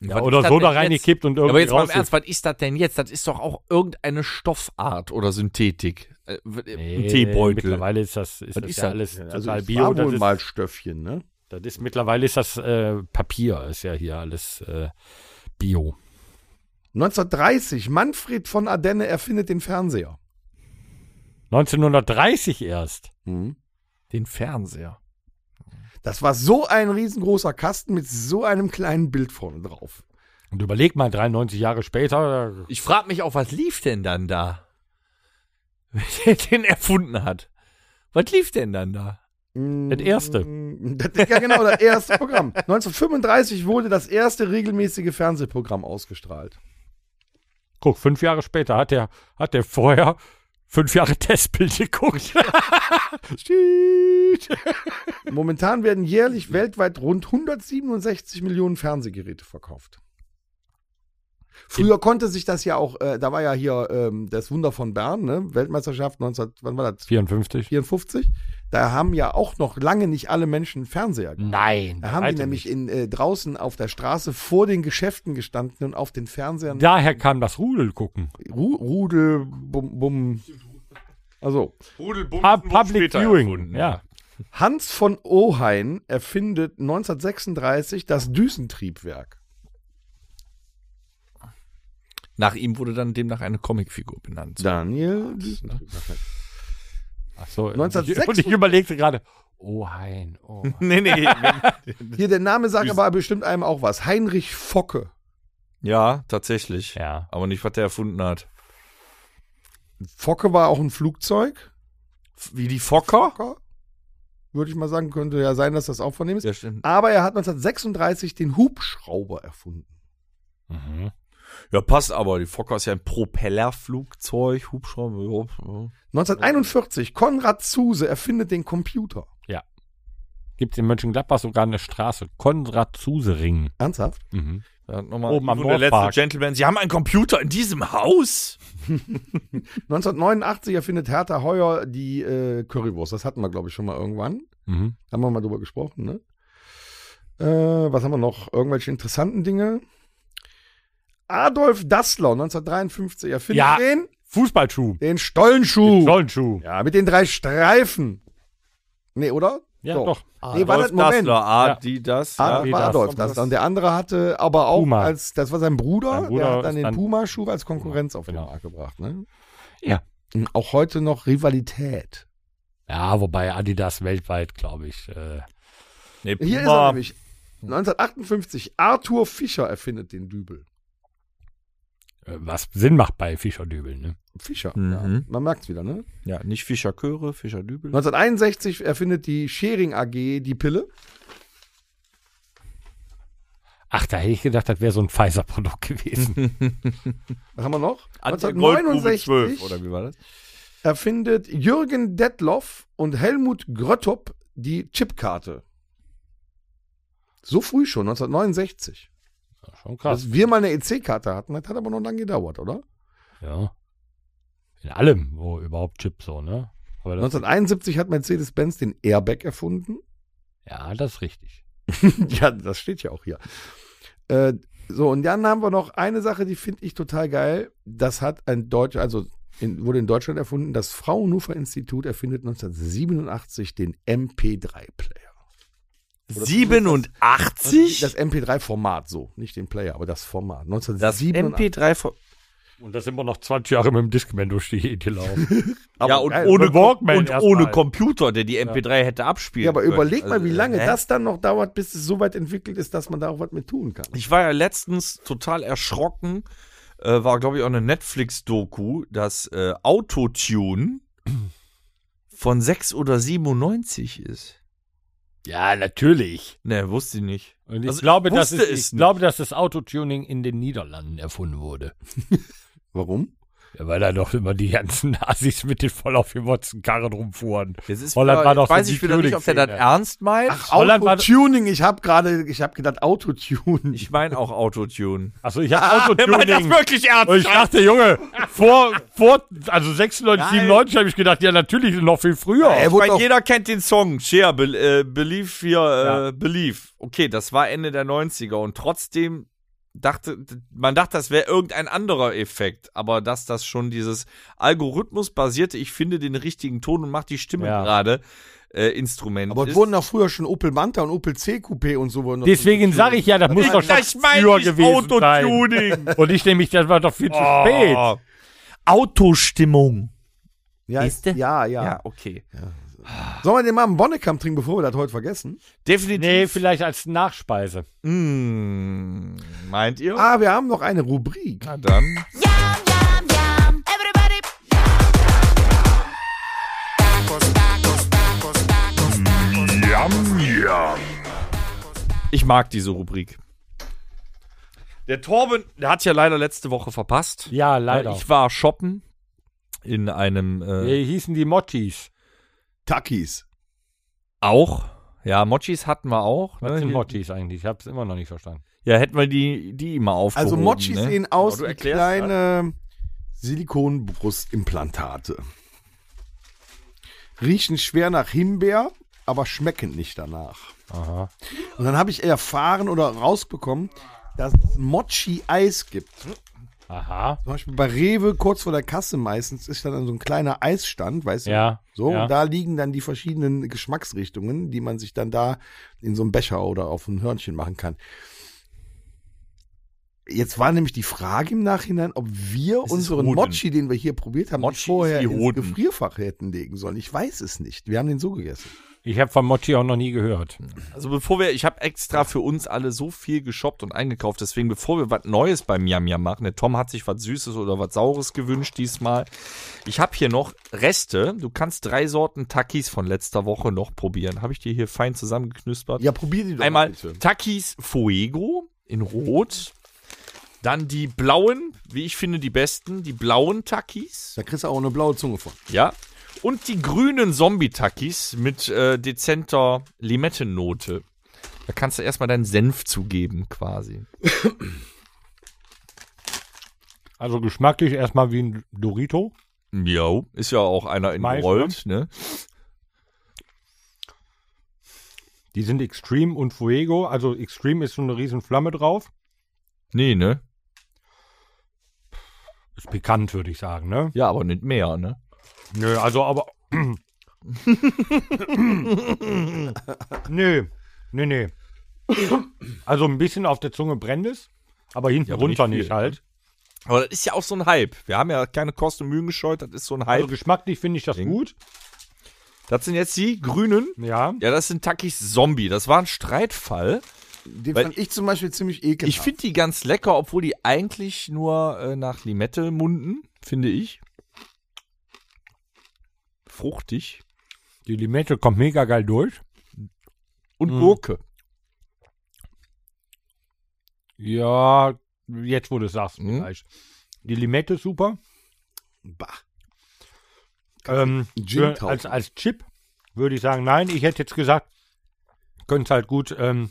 ja, oder so da reingekippt und irgendwie Aber jetzt mal im raus ist. Ernst, was ist das denn jetzt? Das ist doch auch irgendeine Stoffart oder Synthetik. Äh, w- ein Nee, Teebeutel. Mittlerweile ist das, ist Was das ist ja das? alles Also total es bio. war Das wohl ist, mal Stöffchen, ne? das ist mittlerweile ist das äh, Papier, ist ja hier alles äh, bio. 1930, Manfred von Adenne erfindet den Fernseher. 1930 erst. Den Fernseher. Das war so ein riesengroßer Kasten mit so einem kleinen Bild vorne drauf. Und überleg mal, 93 Jahre später, da Ich frage mich auch, was lief denn dann da? Wer den erfunden hat. Was lief denn dann da? Das erste. Mm, Das, ja, genau, das erste Programm. 1935 wurde das erste regelmäßige Fernsehprogramm ausgestrahlt. Guck, fünf Jahre später hat er hat der vorher fünf Jahre Testbild geguckt. Schiet. Momentan werden jährlich weltweit rund 167 Millionen Fernsehgeräte verkauft. Früher konnte sich das ja auch, äh, da war ja hier ähm, das Wunder von Bern, ne? Weltmeisterschaft 19, wann war das? 54. 54. Da haben ja auch noch lange nicht alle Menschen einen Fernseher gehabt. Nein. Da haben die Alter, nämlich nicht. in, äh, draußen auf der Straße vor den Geschäften gestanden und auf den Fernsehern Daher kam das Rudel gucken. Ru Rudel, Bum, Bum. Also, Pub- Public Viewing. Ja. Hans von Ohain erfindet 1936 das Düsentriebwerk. Nach ihm wurde dann demnach eine Comicfigur benannt. Daniel, Ach so, 1906 Und ich überlegte gerade, oh hein, oh. Nee, nee. hier der Name sagt aber bestimmt einem auch was. Heinrich Focke. ja, tatsächlich. Ja. Aber nicht, was der erfunden hat. Focke war auch ein Flugzeug, Wie die Fokker? würde ich mal sagen. Könnte ja sein, dass das auch von dem ist. Ja, stimmt. Aber er hat 1936 den Hubschrauber erfunden. Mhm. Ja, passt aber. Die Fokker ist ja ein Propellerflugzeug, Hubschrauber. Ja. 1941, Konrad Zuse erfindet den Computer. Gibt es in Mönchengladbach sogar eine Straße, Konrad-Zuse-Ring. Ernsthaft? Mhm. Da hat nochmal Oben am Ivo, der letzte Nordpark. Gentleman. Sie haben einen Computer in diesem Haus? 1989 erfindet Hertha Heuer die äh, Currywurst. Das hatten wir, glaube ich, schon mal irgendwann. Mhm. Haben wir mal drüber gesprochen, ne? Äh, was haben wir noch? Irgendwelche interessanten Dinge? Adolf Dassler, 1953, erfindet Ja. den Fußballschuh. Den Stollenschuh. Stollenschuh. Ja, mit den drei Streifen. Nee, oder? Ja, doch. Nee, war das, Moment. Dassler, Ja. Adidas. Ja. Ah, war Adolf das. Und der andere hatte aber auch Puma. als, das war sein Bruder, Sein Bruder der hat dann ist den dann- Puma-Schuh als Konkurrenz auf Genau. den Markt gebracht. Ne? Ja. Und auch heute noch Rivalität. Ja, wobei Adidas weltweit, glaube ich. Äh, Nee, Puma. Hier ist er nämlich. 1958, Arthur Fischer erfindet den Dübel. was Sinn macht bei Fischerdübeln. Ne? Fischer, Mhm. ja. man merkt's wieder, ne? Ja, nicht Fischer Köhre, Fischer Dübel. 1961 erfindet die Schering AG die Pille. Ach, da hätte ich gedacht, das wäre so ein Pfizer-Produkt gewesen. Was haben wir noch? Ante Goldgrube 12, 1969 oder wie war das? erfindet Jürgen Detloff und Helmut Gröttop die Chipkarte. So früh schon, 1969. Schon krass. Dass wir mal eine EC-Karte hatten, das hat aber noch lange gedauert, oder? Ja. In allem, wo überhaupt Chip so, ne? Aber das, 1971 hat Mercedes-Benz den Airbag erfunden. ja, das ist richtig. ja, das steht ja auch hier. Äh, so, und dann haben wir noch eine Sache, die finde ich total geil. Das hat ein Deutsch, also in, wurde in Deutschland erfunden. Das Fraunhofer Institut erfindet 1987 den MP3-Player. 87? Also Das MP3-Format so, nicht den Player, aber das Format. Das 1987. MP3 von. Und das sind wir noch 20 Jahre mit dem Discman durch die Gegend gelaufen. Ja, und geil. ohne, Mit Walkman und erst ohne mal. Computer, der die MP3 hätte abspielen Ja, aber können. überleg mal, Also, wie lange hä? das dann noch dauert, bis es so weit entwickelt ist, dass man da auch was mit tun kann. Ich war ja letztens total erschrocken, äh, war glaube ich auch eine Netflix-Doku, dass äh, Autotune von 6 oder 97 ist. ja, natürlich. Ne, wusste ich nicht. Und ich, Also, glaube, ich dass wusste es, ich es nicht. glaube, dass das Autotuning in den Niederlanden erfunden wurde. Warum? Ja, weil da doch immer die ganzen Nazis mit den voll auf den Karren rumfuhren. Jetzt Oh, ist Holland wieder, war doch jetzt weiß so ich die wieder nicht, ob der das Königsszene. ernst meint. Holland war- Autotuning, ich habe gerade, ich habe gedacht Autotune. ich meine auch Autotune. Achso, Also, ich hatte Der meint das Autotuning. wirklich ernst. Und ich dachte, Junge, vor, vor, also 96, 97 habe ich gedacht, ja, natürlich noch viel früher. Ey, Ich Er wurde mein, auch- jeder kennt den Song, Share, Bel- äh, Believe hier, äh, Believe. Okay, das war Ende der 90er und trotzdem dachte, man dachte, das wäre irgendein anderer Effekt, aber dass das schon dieses Algorithmus-basierte, ich finde den richtigen Ton und mach die Stimme Ja. gerade, äh, Instrument Aber es ist. wurden auch früher schon Opel Manta und Opel C-Coupé und so wurden. Deswegen sage ich ja, das muss doch schon das mein früher ich gewesen Autotuning. sein. Und ich nehme mich, das war doch viel zu spät. oh. Autostimmung. ja, ist, ja, ja, Ja, okay. Sollen wir den mal einen Bonnekamp trinken, bevor wir das heute vergessen? Definitiv. Nee, vielleicht als Nachspeise. Mm, meint ihr? Ah, wir haben noch eine Rubrik. Na dann. Yum, yum, yum. Everybody. Ich mag diese Rubrik. Der Torben, der hat ja leider letzte Woche verpasst. Ja, leider. Ich war shoppen in einem äh, Wie hießen die Mottis? Takis. auch. Ja, Mochis hatten wir auch. Was ne? sind Mottis eigentlich? Ich habe es immer noch nicht verstanden. Ja, hätten wir die, die immer aufgehoben. Also Mochis ne? sehen aus Genau, du wie erklärst kleine Silikonbrustimplantate. Riechen schwer nach Himbeer, aber schmecken nicht danach. Aha. Und dann habe ich erfahren oder rausbekommen, dass es Mochi-Eis gibt. Aha. Zum Beispiel bei Rewe, kurz vor der Kasse meistens, ist dann so ein kleiner Eisstand, weißt du? Ja, So, ja. und da liegen dann die verschiedenen Geschmacksrichtungen, die man sich dann da in so einem Becher oder auf ein Hörnchen machen kann. Jetzt war nämlich die Frage im Nachhinein, ob wir ist unseren Hoden. Mochi, den wir hier probiert haben, nicht Mochi vorher ist wie ins Hoden. Gefrierfach hätten legen sollen. Ich weiß es nicht. Wir haben den so gegessen. Ich habe von Motti auch noch nie gehört. Also bevor wir, ich habe extra für uns alle so viel geshoppt und eingekauft, deswegen bevor wir was Neues beim Miam Miam machen, der Tom hat sich was Süßes oder was Saures gewünscht diesmal. Ich habe hier noch Reste. Du kannst drei Sorten Takis von letzter Woche noch probieren. Habe ich dir hier fein zusammengeknüspert. Ja, probier die doch Einmal mal bitte. Takis Fuego in Rot. Dann die blauen, wie ich finde, die besten, die blauen Takis. Da kriegst du auch eine blaue Zunge von. Ja. Und die grünen Zombie-Takis mit äh, dezenter Limettennote. Da kannst du erstmal deinen Senf zugeben, quasi. Also geschmacklich erstmal wie ein Dorito. Jo. Ist ja auch einer in Mais, Gold, ne? Die sind Extreme und Fuego. Also ne? Extreme ist so eine riesen Flamme drauf. Nee, ne? Ist pikant, würde ich sagen, ne? Ja, aber nicht mehr, ne? Nö, also aber. nö, nö, nö. Also ein bisschen auf der Zunge brennt es, aber hinten Ja, aber runter nicht viel, ne? nicht, halt. Aber das ist ja auch so ein Hype. Wir haben ja keine Kosten und Mühen gescheut, das ist so ein Hype. Also geschmacklich finde ich das Ding. gut. das sind jetzt die Grünen. Ja. Ja, das sind Takis Zombie. Das war ein Streitfall. Den Weil- fand ich zum Beispiel ziemlich ekelhaft. Ich finde die ganz lecker, obwohl die eigentlich nur äh, nach Limette munden, finde ich. Fruchtig. Die Limette kommt mega geil durch. Und Gurke. Ja, jetzt wo du es sagst, Mhm. vielleicht. Die Limette ist super. Bah. Ähm, Gin für, kaufen. als, als Chip würde ich sagen, nein, ich hätte jetzt gesagt, könnte halt gut ähm,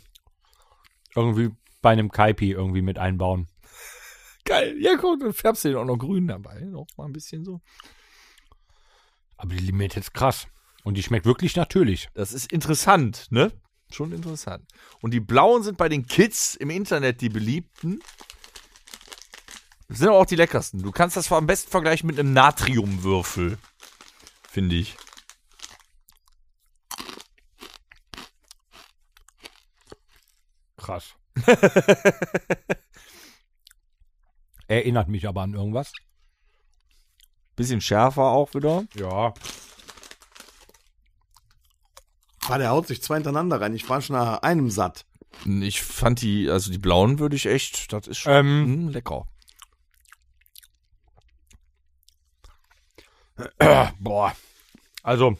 irgendwie bei einem Kaipi irgendwie mit einbauen. Geil. Ja, guck, dann färbst du den auch noch grün dabei. Noch mal ein bisschen so. Aber die Limette ist krass. Und die schmeckt wirklich natürlich. Das ist interessant, ne? Schon interessant. Und die blauen sind bei den Kids im Internet die beliebten. Sind aber auch die leckersten. Du kannst das am besten vergleichen mit einem Natriumwürfel. Finde ich. Krass. Erinnert mich aber an irgendwas. Bisschen schärfer auch wieder. Ja. Bah, der haut sich zwei hintereinander rein. Ich war schon nach einem satt. Ich fand die, also die blauen würde ich echt, das ist schon Ähm, mm, lecker. boah. Also,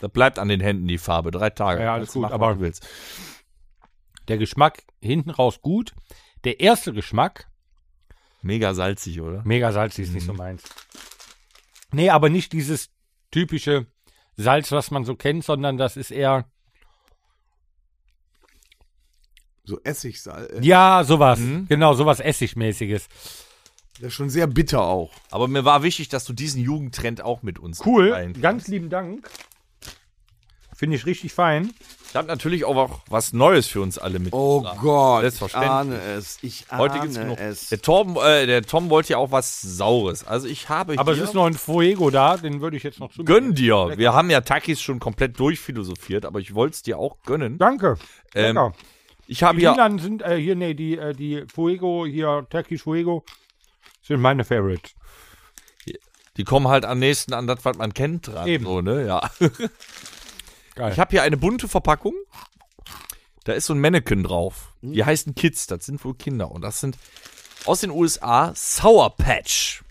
Das bleibt an den Händen die Farbe, drei Tage. Ja, alles Kannst gut, machen, aber- was du willst. der Geschmack hinten raus gut. Der erste Geschmack, Mega salzig, oder? mega salzig, ist nicht so meins. Nee, aber nicht dieses typische Salz, was man so kennt, sondern das ist eher, So Essigsalz. Äh, ja, sowas. Genau, sowas Essigmäßiges. Der ist schon sehr bitter auch. Aber mir war wichtig, dass du diesen Jugendtrend auch mit uns Cool, teilen ganz lieben Dank. Finde ich richtig fein. Ich habe natürlich auch wa- was Neues für uns alle mit. Oh Gott, ich Selbstverständlich. ahne es. Ich ahne Heute gibt's genug. es. Der Tom, äh, der Tom wollte ja auch was Saures. Also ich habe Aber hier, es ist noch ein Fuego da, den würde ich jetzt noch zu. gönn dir. Wir haben ja Takis schon komplett durchphilosophiert, aber ich wollte es dir auch gönnen. Danke. Ähm, Lecker. Ich habe die ja, Lilan sind äh, hier, nee, die, äh, die Fuego, hier, Turkish Fuego, sind meine Favorites. die kommen halt am nächsten an das, was man kennt dran. Eben. So, ne? ja. Geil. Ich habe hier eine bunte Verpackung. Da ist so ein Mannequin drauf. Die heißen Kids, das sind wohl Kinder. Und das sind aus den USA Sour Patch.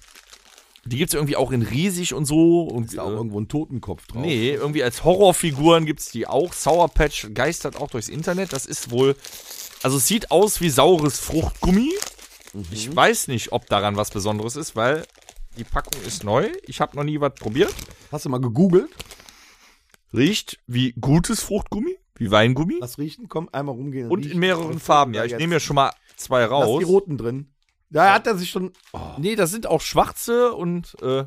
Die gibt's irgendwie auch in riesig und so. Und Ist da auch äh, irgendwo ein Totenkopf drauf? Nee, irgendwie als Horrorfiguren gibt's die auch. Sour Patch geistert auch durchs Internet. Das ist wohl. Also es sieht aus wie saures Fruchtgummi. Ich weiß nicht, ob daran was Besonderes ist, weil die Packung ist neu. Ich habe noch nie was probiert. Hast du mal gegoogelt? Riecht wie gutes Fruchtgummi, wie Weingummi. Lass riechen, komm, einmal rumgehen. Und riechen. in mehreren Farben. Ja, ich jetzt. nehme ja schon mal zwei Lass raus. die roten drin. Da hat er sich schon. Nee, das sind auch schwarze und äh,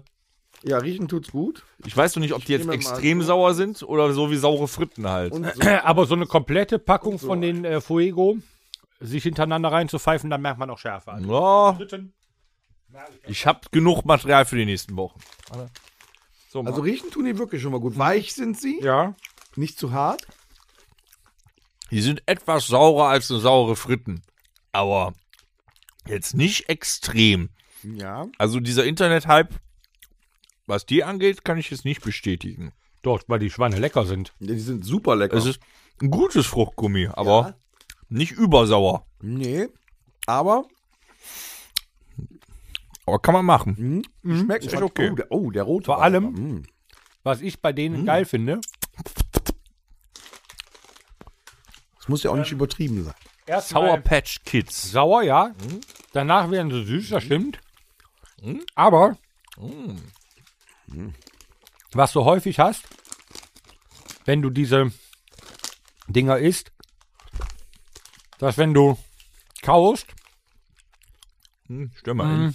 Ja, riechen tut's gut. ich weiß noch nicht, ob die jetzt nehme mal extrem so. sauer sind oder so wie saure Fritten halt. Und so. Aber so eine komplette Packung von den äh, Fuego, sich hintereinander reinzupfeifen, dann merkt man auch Schärfe an. Ja, ich habe genug Material für die nächsten Wochen. So, Also riechen tun die wirklich schon mal gut. Weich sind sie, Ja. nicht zu hart. die sind etwas saurer als eine saure Fritten, aber jetzt nicht extrem. Ja. Also dieser Internet-Hype, was die angeht, kann ich jetzt nicht bestätigen. Doch, weil die Schweine lecker sind. Die sind super lecker. Es ist ein gutes Fruchtgummi, aber nicht übersauer. nee. Aber Aber kann man machen. schmeckt Mhm, ist schon okay. Oh, der, oh, der rote. Vor war allem- lecker. Mm. Was ich bei denen geil finde, Das muss ja auch nicht übertrieben sein. erstmal Sour Patch Kids. sauer, ja. Danach werden sie süß, das stimmt. Aber was du häufig hast, wenn du diese Dinger isst, dass wenn du kaust, Hm, stell mal hin.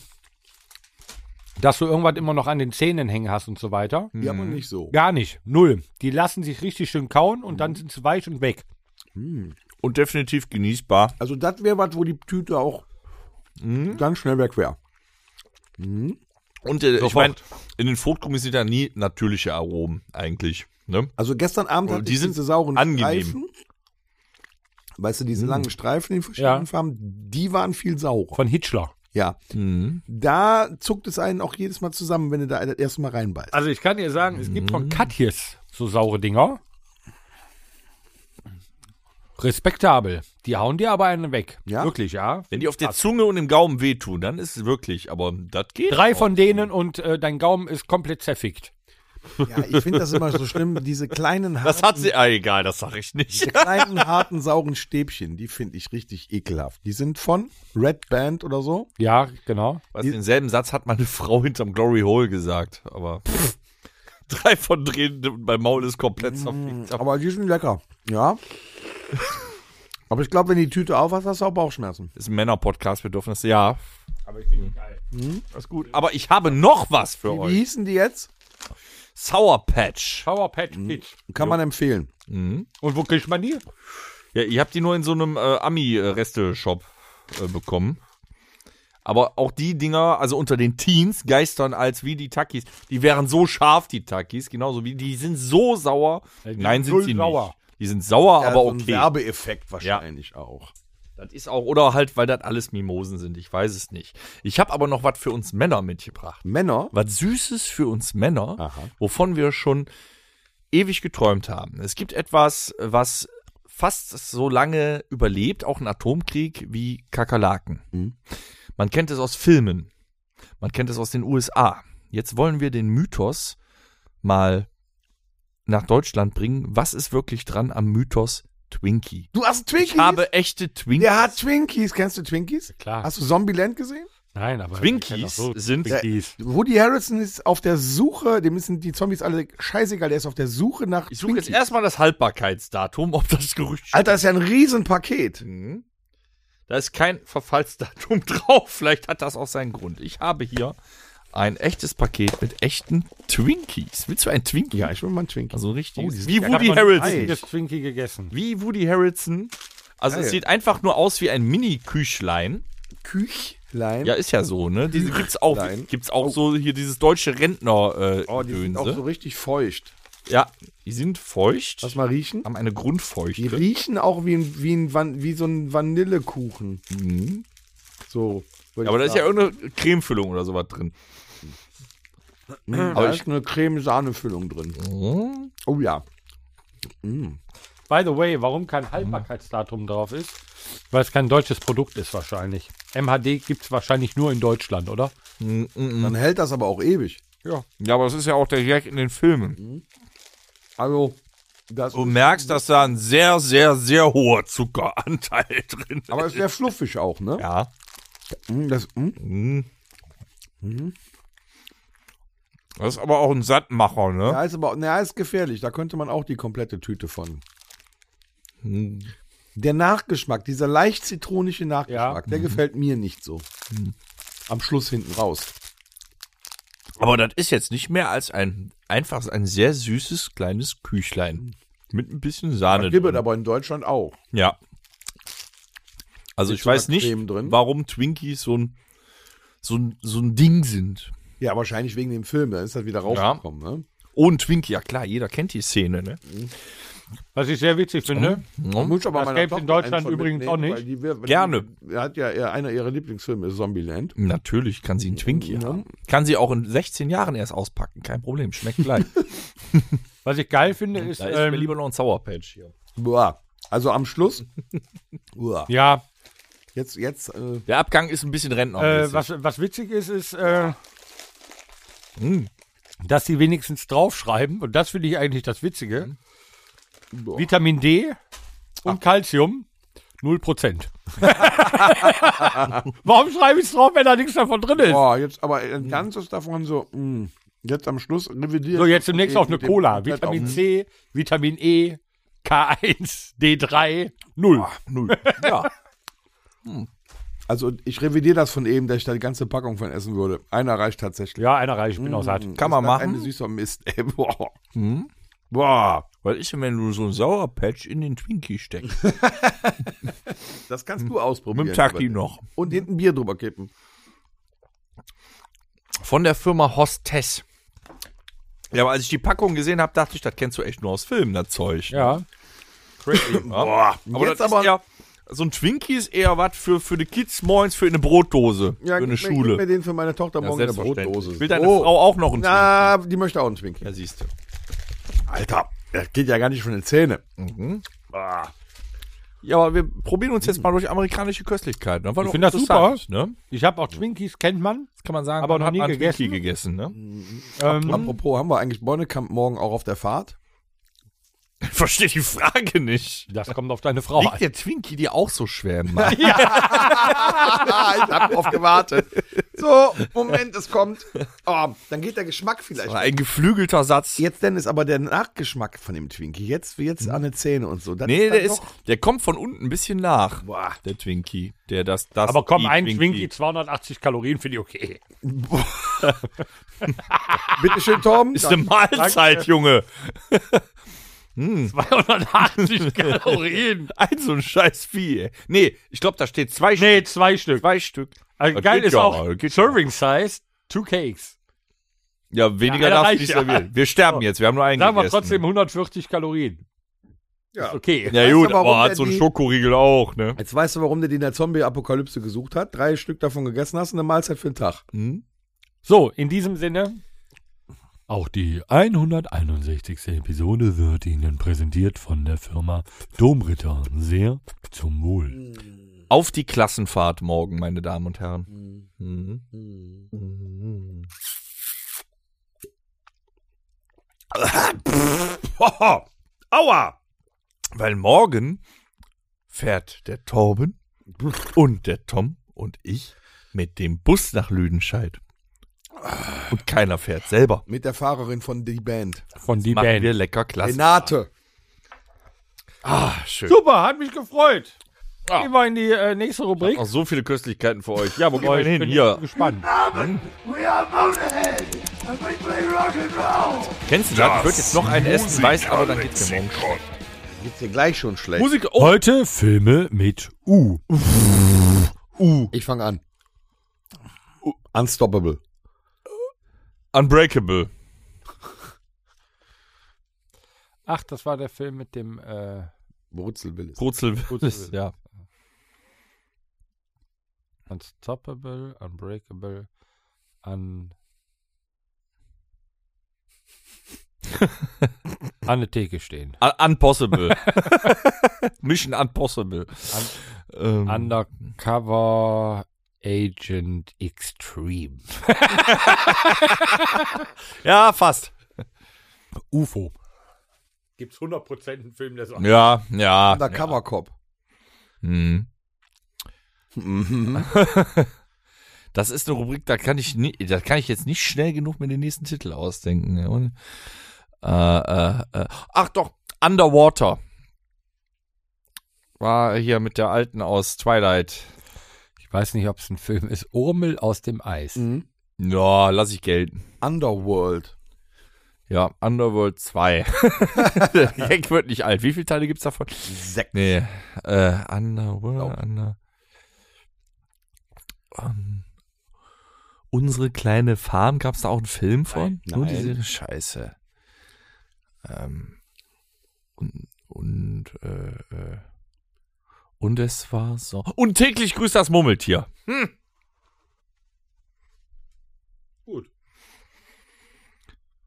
dass du irgendwas immer noch an den Zähnen hängen hast und so weiter. Die aber Mhm. nicht so. Gar nicht, null. Die lassen sich richtig schön kauen und dann sind sie weich und weg. Und definitiv genießbar. Mhm. Also das wäre was, wo die Tüte auch ganz schnell weg wäre. Und äh, ich Sofort. meine, in den Fruchtgummis sind ja nie natürliche Aromen eigentlich. Ne? Also gestern Abend Oh, hatte die ich sind diese sauren angenehm. Hm. Streifen. Weißt du, diese langen Streifen in verschiedenen Ja. Farben, die waren viel saurer. Von Hitchler. Ja. Hm. Da zuckt es einen auch jedes Mal zusammen, wenn du da das erste Mal reinbeißt. Also ich kann dir sagen, es gibt Mhm. von Katjes so saure Dinger. Respektabel. Die hauen dir aber einen weg. Ja? Wirklich, ja. Wenn die auf der Zunge und im Gaumen wehtun, dann ist es wirklich, aber das geht. Drei von denen und äh, dein Gaumen ist komplett zerfickt. Ja, ich finde das immer so schlimm, diese kleinen, Das harten, hat sie, ah, egal, das sag ich nicht. diese kleinen harten, sauren Stäbchen, die finde ich richtig ekelhaft. Die sind von Red Band oder so. Ja, genau. Was, denselben Satz hat meine Frau hinterm Glory Hole gesagt, aber pff, drei von denen, mein Maul ist komplett zerfickt. Aber die sind lecker. Ja. Aber ich glaube, wenn die Tüte auf hast, hast du auch Bauchschmerzen. Ist ein Männer-Podcast, wir dürfen das, ja. Aber ich finde geil. Das ist gut. Aber ich habe noch was für Wie, wie euch. hießen die jetzt? Sour Patch. Power Patch Mhm. Kids. Kann man empfehlen. Und wo kriegt man die? Ja, ich habe die nur in so einem äh, Ami-Reste-Shop äh, bekommen. Aber auch die Dinger, also unter den Teens, geistern als wie die Takis. Die wären so scharf, die Takis, genauso wie die sind so sauer. Ja, die Nein, sind sind null sie sauer. nicht. Die sind sauer, aber so ein okay. Werbeeffekt wahrscheinlich auch. das ist auch, oder halt, weil das alles Mimosen sind, ich weiß es nicht. Ich habe aber noch was für uns Männer mitgebracht. Männer. Was Süßes für uns Männer, Aha. wovon wir schon ewig geträumt haben. Es gibt etwas, was fast so lange überlebt, auch einen Atomkrieg, wie Kakerlaken. Mhm. Man kennt es aus Filmen. Man kennt es aus den USA. Jetzt wollen wir den Mythos mal nach Deutschland bringen. Was ist wirklich dran am Mythos Twinkie? Du hast Twinkies? Ich habe echte Twinkies. Der hat Twinkies. Kennst du Twinkies? Klar. Hast du Zombieland gesehen? Nein, aber. Twinkies ich kenn doch so sind- Twinkies. Woody Harrison ist auf der Suche, dem sind die Zombies alle scheißegal, der ist auf der Suche nach ich suche jetzt erstmal das Haltbarkeitsdatum, ob das Gerücht Alter, das ist ja ein Riesenpaket. Mhm. Da ist kein Verfallsdatum drauf. Vielleicht hat das auch seinen Grund. Ich habe hier ein echtes Paket mit echten Twinkies. Willst du ein Twinkie? Ja, ich will mal einen Twinkie. Also richtig. die sind wie ja Woody Ich hab noch nie Harrelson. das Twinkie gegessen. Wie Woody Harrelson. Also es Geil. sieht einfach nur aus wie ein Mini-Küchlein. Küchlein. Ja, ist ja so, ne? Diese gibt's auch. Küchlein. Gibt's auch so hier dieses deutsche Rentner äh, oh, die sind auch so Dönse. richtig feucht. Ja, die sind feucht. Lass mal riechen. haben eine Die Grundfeuchte. riechen auch wie, ein, wie, ein Van, wie so ein Vanillekuchen. So. Ja, Mhm. aber da ist ja irgendeine Cremefüllung oder sowas drin. irgendeine, aber Mhm, da ich- Mhm. ist eine Creme-Sahne-Füllung drin. Oh ja. By the way, warum kein Haltbarkeitsdatum drauf ist? Weil es kein deutsches Produkt ist, wahrscheinlich. MHD gibt es wahrscheinlich nur in Deutschland, oder? Mhm. Dann hält das aber auch ewig. Ja, aber das ist ja auch der Jack in den Filmen. Also, das Du merkst, dass da ein sehr, sehr, sehr hoher Zuckeranteil drin ist. aber ist sehr fluffig auch, ne? ja. Mm, Das, mm. Das ist aber auch ein Sattmacher, ne? Ja, ist aber, na, ist gefährlich. Da könnte man auch die komplette Tüte von. Hm. Der Nachgeschmack, dieser leicht zitronische Nachgeschmack, Mhm. der gefällt mir nicht so. Am Schluss hinten raus. Aber das ist jetzt nicht mehr als ein einfach ein sehr süßes kleines Küchlein. Mit ein bisschen Sahne. Gibt es drin. aber in Deutschland auch. Ja. Also Mit ich weiß so einer nicht, Creme drin. warum Twinkies so ein, so, ein, so ein Ding sind. Ja, wahrscheinlich wegen dem Film, da ist das wieder rausgekommen. Ne? Ohne Twinkie, ja klar, jeder kennt die Szene, ne? Was ich sehr witzig finde. Muss ich aber Das meiner gäb's in Tochter einen Deutschland von übrigens mitnehmen, auch nicht. weil Die, wir- Gerne. Die, hat ja ihr- einer ihrer Lieblingsfilme ist Zombieland. Natürlich kann sie ein Twinkie Ja. haben. Kann sie auch in 16 Jahren erst auspacken, kein Problem, schmeckt gleich. Was ich geil finde, ist. Mhm. ähm, Da ist mir lieber noch ein Sour Patch hier. Boah. Also am Schluss. Boah. ja, Jetzt, jetzt, äh, Der Abgang ist ein bisschen Rentner. äh, was, was witzig ist, ist, äh, Hm. dass sie wenigstens draufschreiben, und das finde ich eigentlich das Witzige: Hm. Boah. Vitamin D und Calcium 0%. Warum schreibe ich es drauf, wenn da nichts davon drin ist? boah, Oh, jetzt aber ein ganzes davon so, mh, jetzt am Schluss revidiert. So, jetzt demnächst auf eine Mit dem Cola. komplett Vitamin auf- C, Vitamin E, K1, D3, 0. null. ja. Also ich revidiere das von eben, dass ich da die ganze Packung von essen würde. Einer reicht tatsächlich. Ja, einer reicht, ich bin auch satt. Kann man Das ist Eine machen. süßer Mist. Ey, boah. Boah. Was ist denn, wenn du so ein Sauerpatch in den Twinkie steckst? Das kannst du ausprobieren. Mit dem Taki noch. Und hinten Bier drüber kippen. von der Firma Hostess. Ja, aber als ich die Packung gesehen habe, dachte ich, das kennst du echt nur aus Filmen, das Zeug. Ja. Crazy. Boah, aber jetzt das aber- ist eher, so ein Twinkie ist eher was für, für die Kids moins, für eine Brotdose, für gib eine mir, Schule. Gib mir den für meine Tochter Ja, morgen in der selbstverständlich. Brotdose. Will deine Oh. Frau auch noch einen Twinkie? Na, die möchte auch einen Twinkie. Ja, siehst du. Alter, das geht ja gar nicht von den Zähnen. Ja, aber wir probieren uns jetzt mal durch amerikanische Köstlichkeiten. War doch find das interessant, Ne? Ich habe auch Twinkies, kennt man. Kann man sagen, Aber man noch hat nie mal einen Twinkie gegessen? gegessen ne? Ähm, Hm. Apropos, haben wir eigentlich Bonnekamp morgen auch auf der Fahrt? Ich verstehe die Frage nicht. das kommt auf deine Frau Liegt an. der Twinkie dir auch so schwer im Magen? Ah, ich hab drauf gewartet. So, Moment, es kommt. Oh, dann geht der Geschmack vielleicht. Ein geflügelter Satz. Jetzt denn ist aber der Nachgeschmack von dem Twinkie. Jetzt, jetzt an den Zähne und so. Das Nee, dann der ist, doch- der kommt von unten ein bisschen nach. Boah. Der Twinkie, der das, das. Aber komm, die ein Twinkie. 280 Kalorien finde ich okay. Bitteschön, Tom. Ist eine Mahlzeit, Junge. 280 Kalorien. Ein so ein scheiß Vieh. ey. Nee, ich glaube, da steht zwei Nee, Stück. zwei Stück. Zwei Stück. Also Das geil geht ist ja, auch das geht ja. Serving Size, two cakes. Ja, Ja, weniger einer darfst du reicht, nicht ja. servieren. Wir sterben jetzt, wir haben nur einen Sagen wir gegessen. trotzdem 140 Kalorien. Ja. Ist okay. Ja Weißt gut, du, warum aber hat der so ein die- Schokoriegel auch, ne? Jetzt weißt du, warum der die in der Zombie-Apokalypse gesucht hat. Drei Stück davon gegessen hast und eine Mahlzeit für den Tag. Hm? So, in diesem Sinne. Auch die 161. Episode wird Ihnen präsentiert von der Firma Domritter. Sehr zum Wohl. Auf die Klassenfahrt morgen, meine Damen und Herren. Mhm. Hoho, Aua! Weil morgen fährt der Torben und der Tom und ich mit dem Bus nach Lüdenscheid. Und keiner fährt selber. Mit der Fahrerin von die Band. Von die Machen Band. wir lecker Klassen. Renate. Ah, schön. Super, hat mich gefreut. Gehen wir in die äh, nächste Rubrik. Auch so viele Köstlichkeiten für euch. Ja, wo gehen Oh, wir ich denn hin? bin Hier, gespannt. Kennst du das? Ich würde jetzt noch einen essen, weiß aber, dann geht's mir morgen schlecht. Geht's dir gleich schon schlecht. Musik, oh, Heute Filme mit U. Ich fange an. Uh. Unstoppable. Unbreakable. Ach, das war der Film mit dem. Äh, Brutzel Willis. Brutzel. Brutzel. Ja. Unstoppable, Unbreakable, Un. An der Theke stehen. Un- Unpossible. Mission Unpossible. Ähm, Mhm. Undercover Agent Extreme. ja, fast. UFO. Gibt's 100% einen Film, der so. Ja, ja. Undercover Cop. Hm. Mhm. Das ist eine Rubrik, da kann ich nie, da kann ich jetzt nicht schnell genug mir den nächsten Titel ausdenken. ja, und- Äh, äh, äh. Ach doch, Underwater. War hier mit der alten aus Twilight. Ich weiß nicht, ob es ein Film ist. Urmel aus dem Eis. Ja, lass ich gelten. Underworld. Ja, Underworld 2. Der Gag wird nicht alt. Wie viele Teile gibt's davon? Sekt. Nee, äh, Underworld, Under... Ähm, unsere kleine Farm, gab's da auch einen Film von? Nein. Nur Nein. diese Scheiße. Ähm, und, und, äh, äh, und es war so... Und täglich grüßt das Murmeltier. Gut.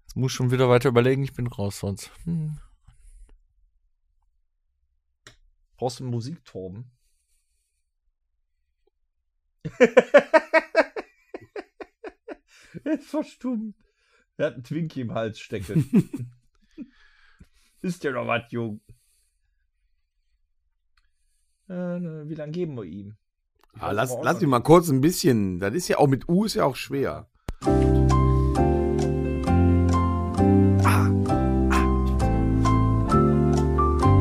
Jetzt muss ich schon wieder weiter überlegen, ich bin raus sonst. Hm. Brauchst du Musik, Torben? er ist verstummt. Er hat einen Twinkie im Hals stecken. ist ja noch was, Jung. Äh, wie lange geben wir ihm? Ah, lass, lass mich mal kurz ein bisschen. Das ist ja auch mit U ist ja auch schwer.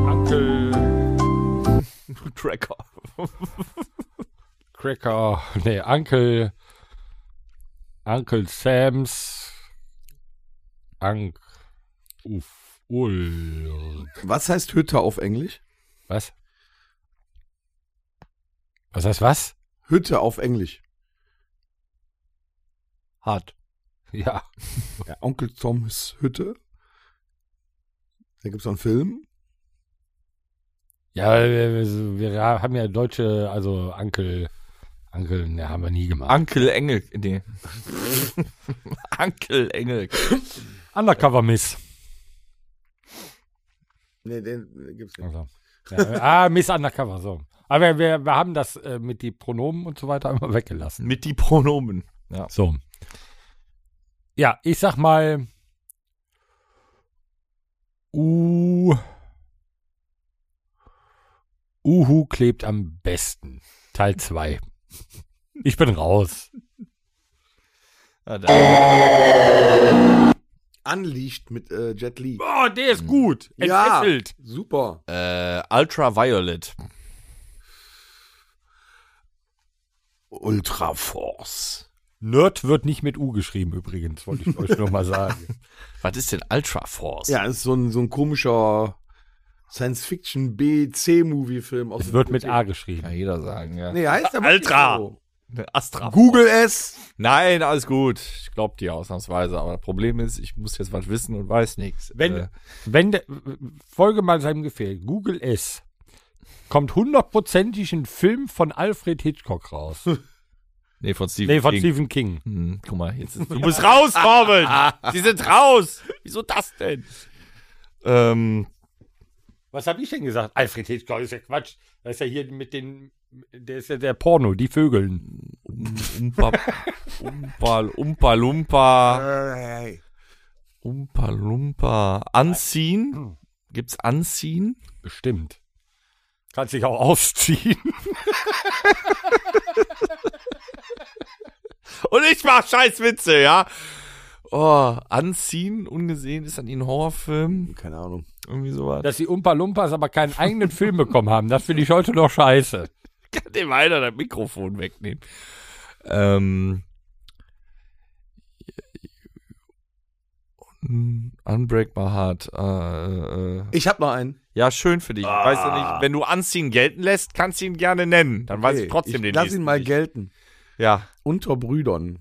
Uncle. Tracker. Cracker. Nee, Uncle. Uncle Sam's. Ank. Uff. Ul. Was heißt Hütte auf Englisch? Was? Was heißt was? Hütte auf Englisch. Hart. Ja. Ja, Onkel Toms Hütte. Da gibt es einen Film. Ja, wir, wir, wir haben ja deutsche, also Ankel, Ankel, ne, haben wir nie gemacht. Ankel Engel. Nee. Ankel Engel. Undercover Miss. Nee, den gibt's nicht. Also, ja, ah, Miss Undercover, so. Aber wir, wir haben das äh, mit die Pronomen und so weiter immer weggelassen. Mit die Pronomen. Ja. So. Ja, ich sag mal. Uh. Uhu klebt am besten. Teil 2. Ich bin raus. Ja, Ah, da- Unleashed mit äh, Jet Li. Oh, der ist gut. Ja, super. äh, Ultraviolet. Ultra Force. Nerd wird nicht mit U geschrieben übrigens, wollte ich euch nur mal sagen. Was ist denn Ultraforce? Ja, ist so ein, so ein komischer Science-Fiction B-C-Movie-Film. aus Es den wird mit 70ern. A geschrieben. Kann jeder sagen, ja. Nee, heißt er wirklich Ultra. so. Astra. Google es. Nein, alles gut. Ich glaub dir ausnahmsweise. Aber das Problem ist, ich muss jetzt was wissen und weiß nichts. Wenn, Äh, wenn der, folge mal seinem Gefehl, Google S, kommt hundertprozentig ein Film von Alfred Hitchcock raus. nee, von Stephen nee, von King. Stephen King. Hm, guck mal, jetzt ist, du musst raus, Corbin! Sie sind raus! Wieso das denn? Ähm, Was habe ich denn gesagt? Alfred Hitchcock ist ja Quatsch. Das ist ja hier mit den, der ist ja der Porno, die Vögeln. Umpa, Umpa, Umpa Lumpa, Umpa Lumpa. Anziehen? Gibt's Anziehen? Bestimmt. Kannst dich auch ausziehen. Und ich mach scheiß Witze, ja? Oh, Anziehen, ungesehen, ist an ihn Horrorfilm, Keine Ahnung. irgendwie sowas. Dass die Umpa Lumpas aber keinen eigenen Film bekommen haben, das finde ich heute noch scheiße. kann dem einer das Mikrofon wegnehmen. Ähm. Unbreak my heart. Äh, äh, Ich hab noch einen. ja, schön für dich. Weißt du nicht, wenn du anziehen gelten lässt, kannst du ihn gerne nennen. Dann weiß Ah. Okay, ich trotzdem den Lass nächsten ihn mal nicht. gelten. Ja, Unter Brüdern.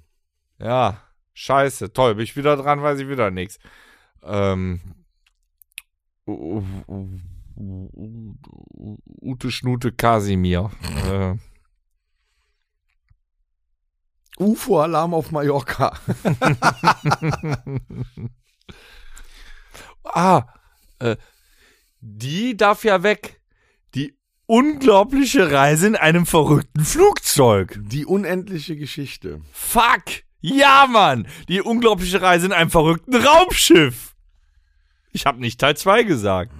ja. Scheiße, toll. Bin ich wieder dran, weiß ich wieder nichts. Ähm. U- U- U- U- U- Ute Schnute Kasimir. äh. UFO-Alarm auf Mallorca. ah, äh, die darf ja weg. Die unglaubliche Reise in einem verrückten Flugzeug. Die unendliche Geschichte. Fuck. Ja, Mann. Die unglaubliche Reise in einem verrückten Raumschiff. Ich habe nicht Teil 2 gesagt.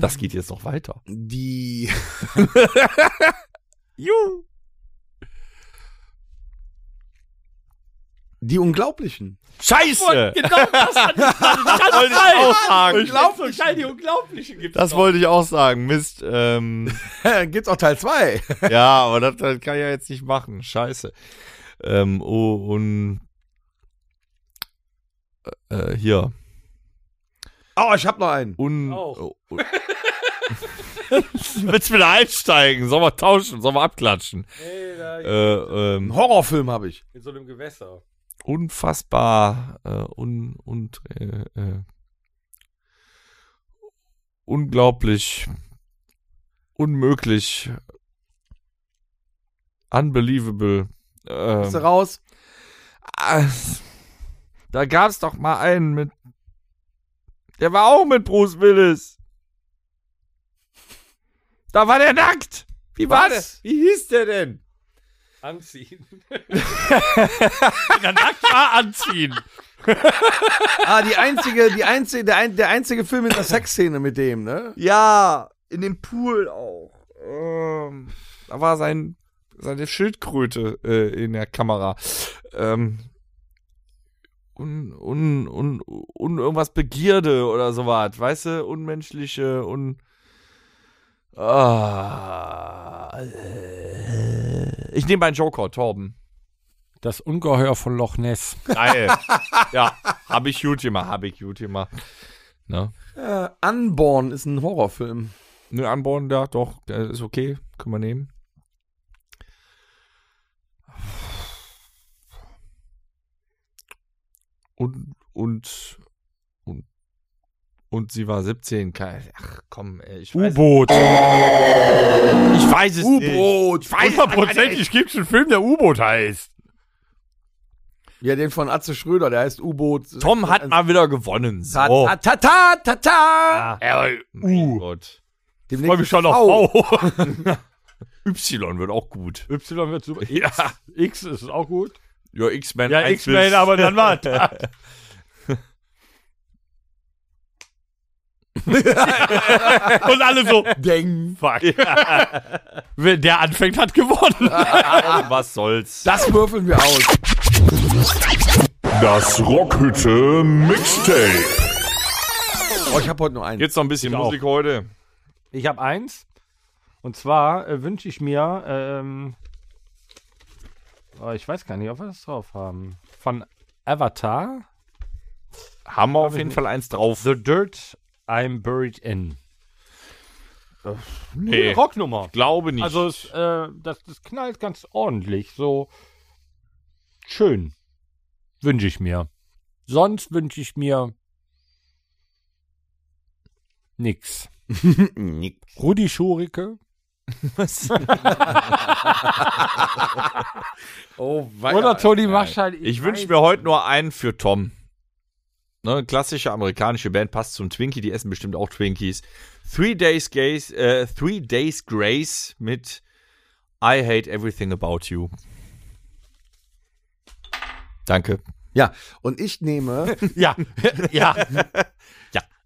Das geht jetzt noch weiter. Die. Juhu. Die Unglaublichen. Scheiße. Genau das hat Das wollte ich auch sagen. die Unglaublichen gibt Das wollte ich auch sagen. Mist. Ähm, Gibt's auch Teil 2. ja, aber das, das kann ich ja jetzt nicht machen. Scheiße. Ähm, oh, und äh, hier. Oh, ich hab noch einen. Un Auch. oh, oh. Willst du wieder einsteigen? Sollen wir tauschen? Sollen wir abklatschen? Äh, Einen ähm, Horrorfilm habe ich. in so einem Gewässer. unfassbar äh, un und äh, äh, unglaublich unmöglich unbelievable Bist du ähm, raus? ah, da gab's doch mal einen mit der war auch mit Bruce Willis da war der nackt wie war der Was? wie hieß der denn Anziehen. der nackt war anziehen Ah, die einzige, die einzige, der, ein, der einzige Film in der Sexszene mit dem, ne? Ja, in dem Pool auch. Ähm, da war sein, seine Schildkröte äh, in der Kamera. Ähm, un, un, un, un irgendwas Begierde oder sowas, weißt du? Unmenschliche und. Ah, äh, ich nehme meinen Joker, Torben. Das Ungeheuer von Loch Ness. Geil. ja, habe ich gut gemacht, habe ich gut gemacht. Ne? Äh, Unborn ist ein Horrorfilm. Nö, Anborn, ja, doch, der ist okay, können wir nehmen. Und, und, und, und sie war 17. Kein- Ach komm, ey, ich weiß, U-Boot. ich weiß es nicht. U-Boot. Hundertprozentig gibt es einen Film, der U-Boot heißt. Ja, den von Atze Schröder, der heißt U-Boot. Tom Oh. hat mal wieder gewonnen. Ta So. ta ta ta ta. ta. Mein Gott. Demnächst Freue mich schon auf V. V. Y wird auch gut. Y wird super. Ja, X ist auch gut. ja X-Men. Ja, 1 X-Men, bis- aber dann was. Und alle so, Deng. fuck. Wenn der anfängt, hat gewonnen. Was soll's? Das würfeln wir aus. Das Rockhütte Mixtape. Oh, ich habe heute nur einen. Jetzt noch ein bisschen Ich auch. Musik heute. Ich habe eins. Und zwar äh, wünsche ich mir, ähm, oh, ich weiß gar nicht, ob wir das drauf haben. Von Avatar, Haben wir auf jeden Fall eins drauf. The Dirt I'm Buried In. Nee, Rocknummer. glaube nicht. Also es, äh, das, das knallt ganz ordentlich, so schön. Wünsche ich mir. Sonst wünsche ich mir nix. Rudi Schurike. Oh, weia. Oder Toni Maschall. ich wünsche mir heute nur einen für Tom. Ne, klassische amerikanische Band passt zum Twinkie, die essen bestimmt auch Twinkies. Three Days Grace, äh, Three Days Grace mit I Hate Everything About You. Danke. Ja, und ich nehme Ja, ja.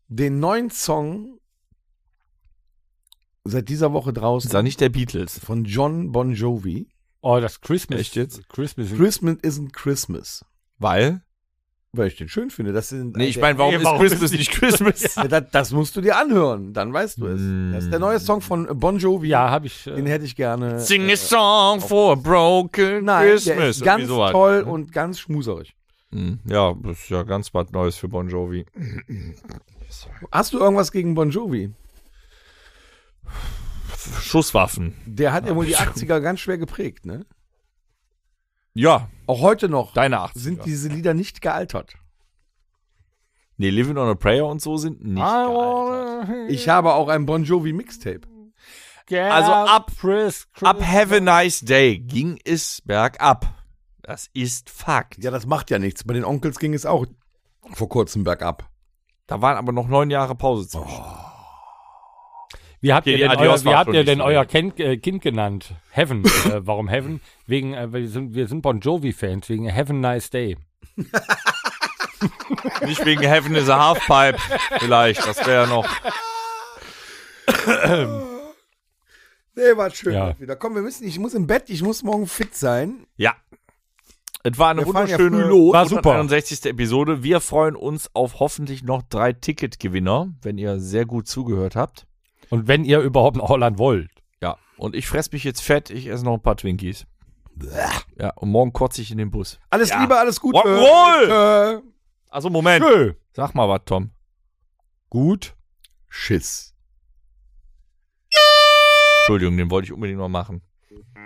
den neuen Song seit dieser Woche draußen Ist auch nicht der Beatles. von John Bon Jovi. Oh, das Christmas. Echt jetzt? Christmas. Christmas isn't Christmas. Weil? Weil ich den schön finde. Das sind, Nee, ich meine, warum, Ey, warum ist Christmas nicht Christmas? Ja, das, das musst du dir anhören, dann weißt du es. Mm. Das ist der neue Song von Bon Jovi. ja, habe ich. Äh, Den hätte ich gerne. Sing a song for a broken Nein, Christmas. der ist Irgendwie ganz sowas. toll und ganz schmuserig. Hm, Ja, das ist ja ganz was Neues für Bon Jovi. Hast du irgendwas gegen Bon Jovi? Schusswaffen. Der hat ja wohl die 80er ganz schwer geprägt, ne? Ja, Auch heute noch deine 80. sind diese Lieder nicht gealtert. Nee, Living on a Prayer und so sind nicht gealtert. Ich habe auch ein Bon Jovi Mixtape. Also ab- Chris, Chris. Ab Have a Nice Day ging es bergab. Das ist Fakt. Ja, das macht ja nichts. Bei den Onkels ging es auch vor kurzem bergab. Da waren aber noch neun Jahre Pause zwischen. Wie habt Hier, ihr die denn euer, Adios wie war habt schon ihr nicht denn so euer gut. kind, äh, kind genannt? Heaven. äh, warum Heaven? Wegen, äh, wir, sind, wir sind Bon Jovi-Fans, wegen Heaven Nice Day. Nicht wegen Heaven is a Halfpipe. Vielleicht, das wäre ja noch. Nee, war schön Ja. heute wieder. Komm, wir müssen, ich muss im Bett, ich muss morgen fit sein. Ja. Es war eine Wir fahren ja wunderschöne früh los. War super. 161. Episode. Wir freuen uns auf hoffentlich noch drei Ticketgewinner, wenn ihr sehr gut zugehört habt. Und wenn ihr überhaupt nach Holland wollt. Ja, und ich fress mich jetzt fett, ich esse noch ein paar Twinkies. Ja, und morgen kotze ich in den Bus. Alles Liebe, alles Gute. Rock'n'Roll! Also Moment. Tschö. Sag mal was, Tom. Gut. Schiss. Entschuldigung, den wollte ich unbedingt noch machen.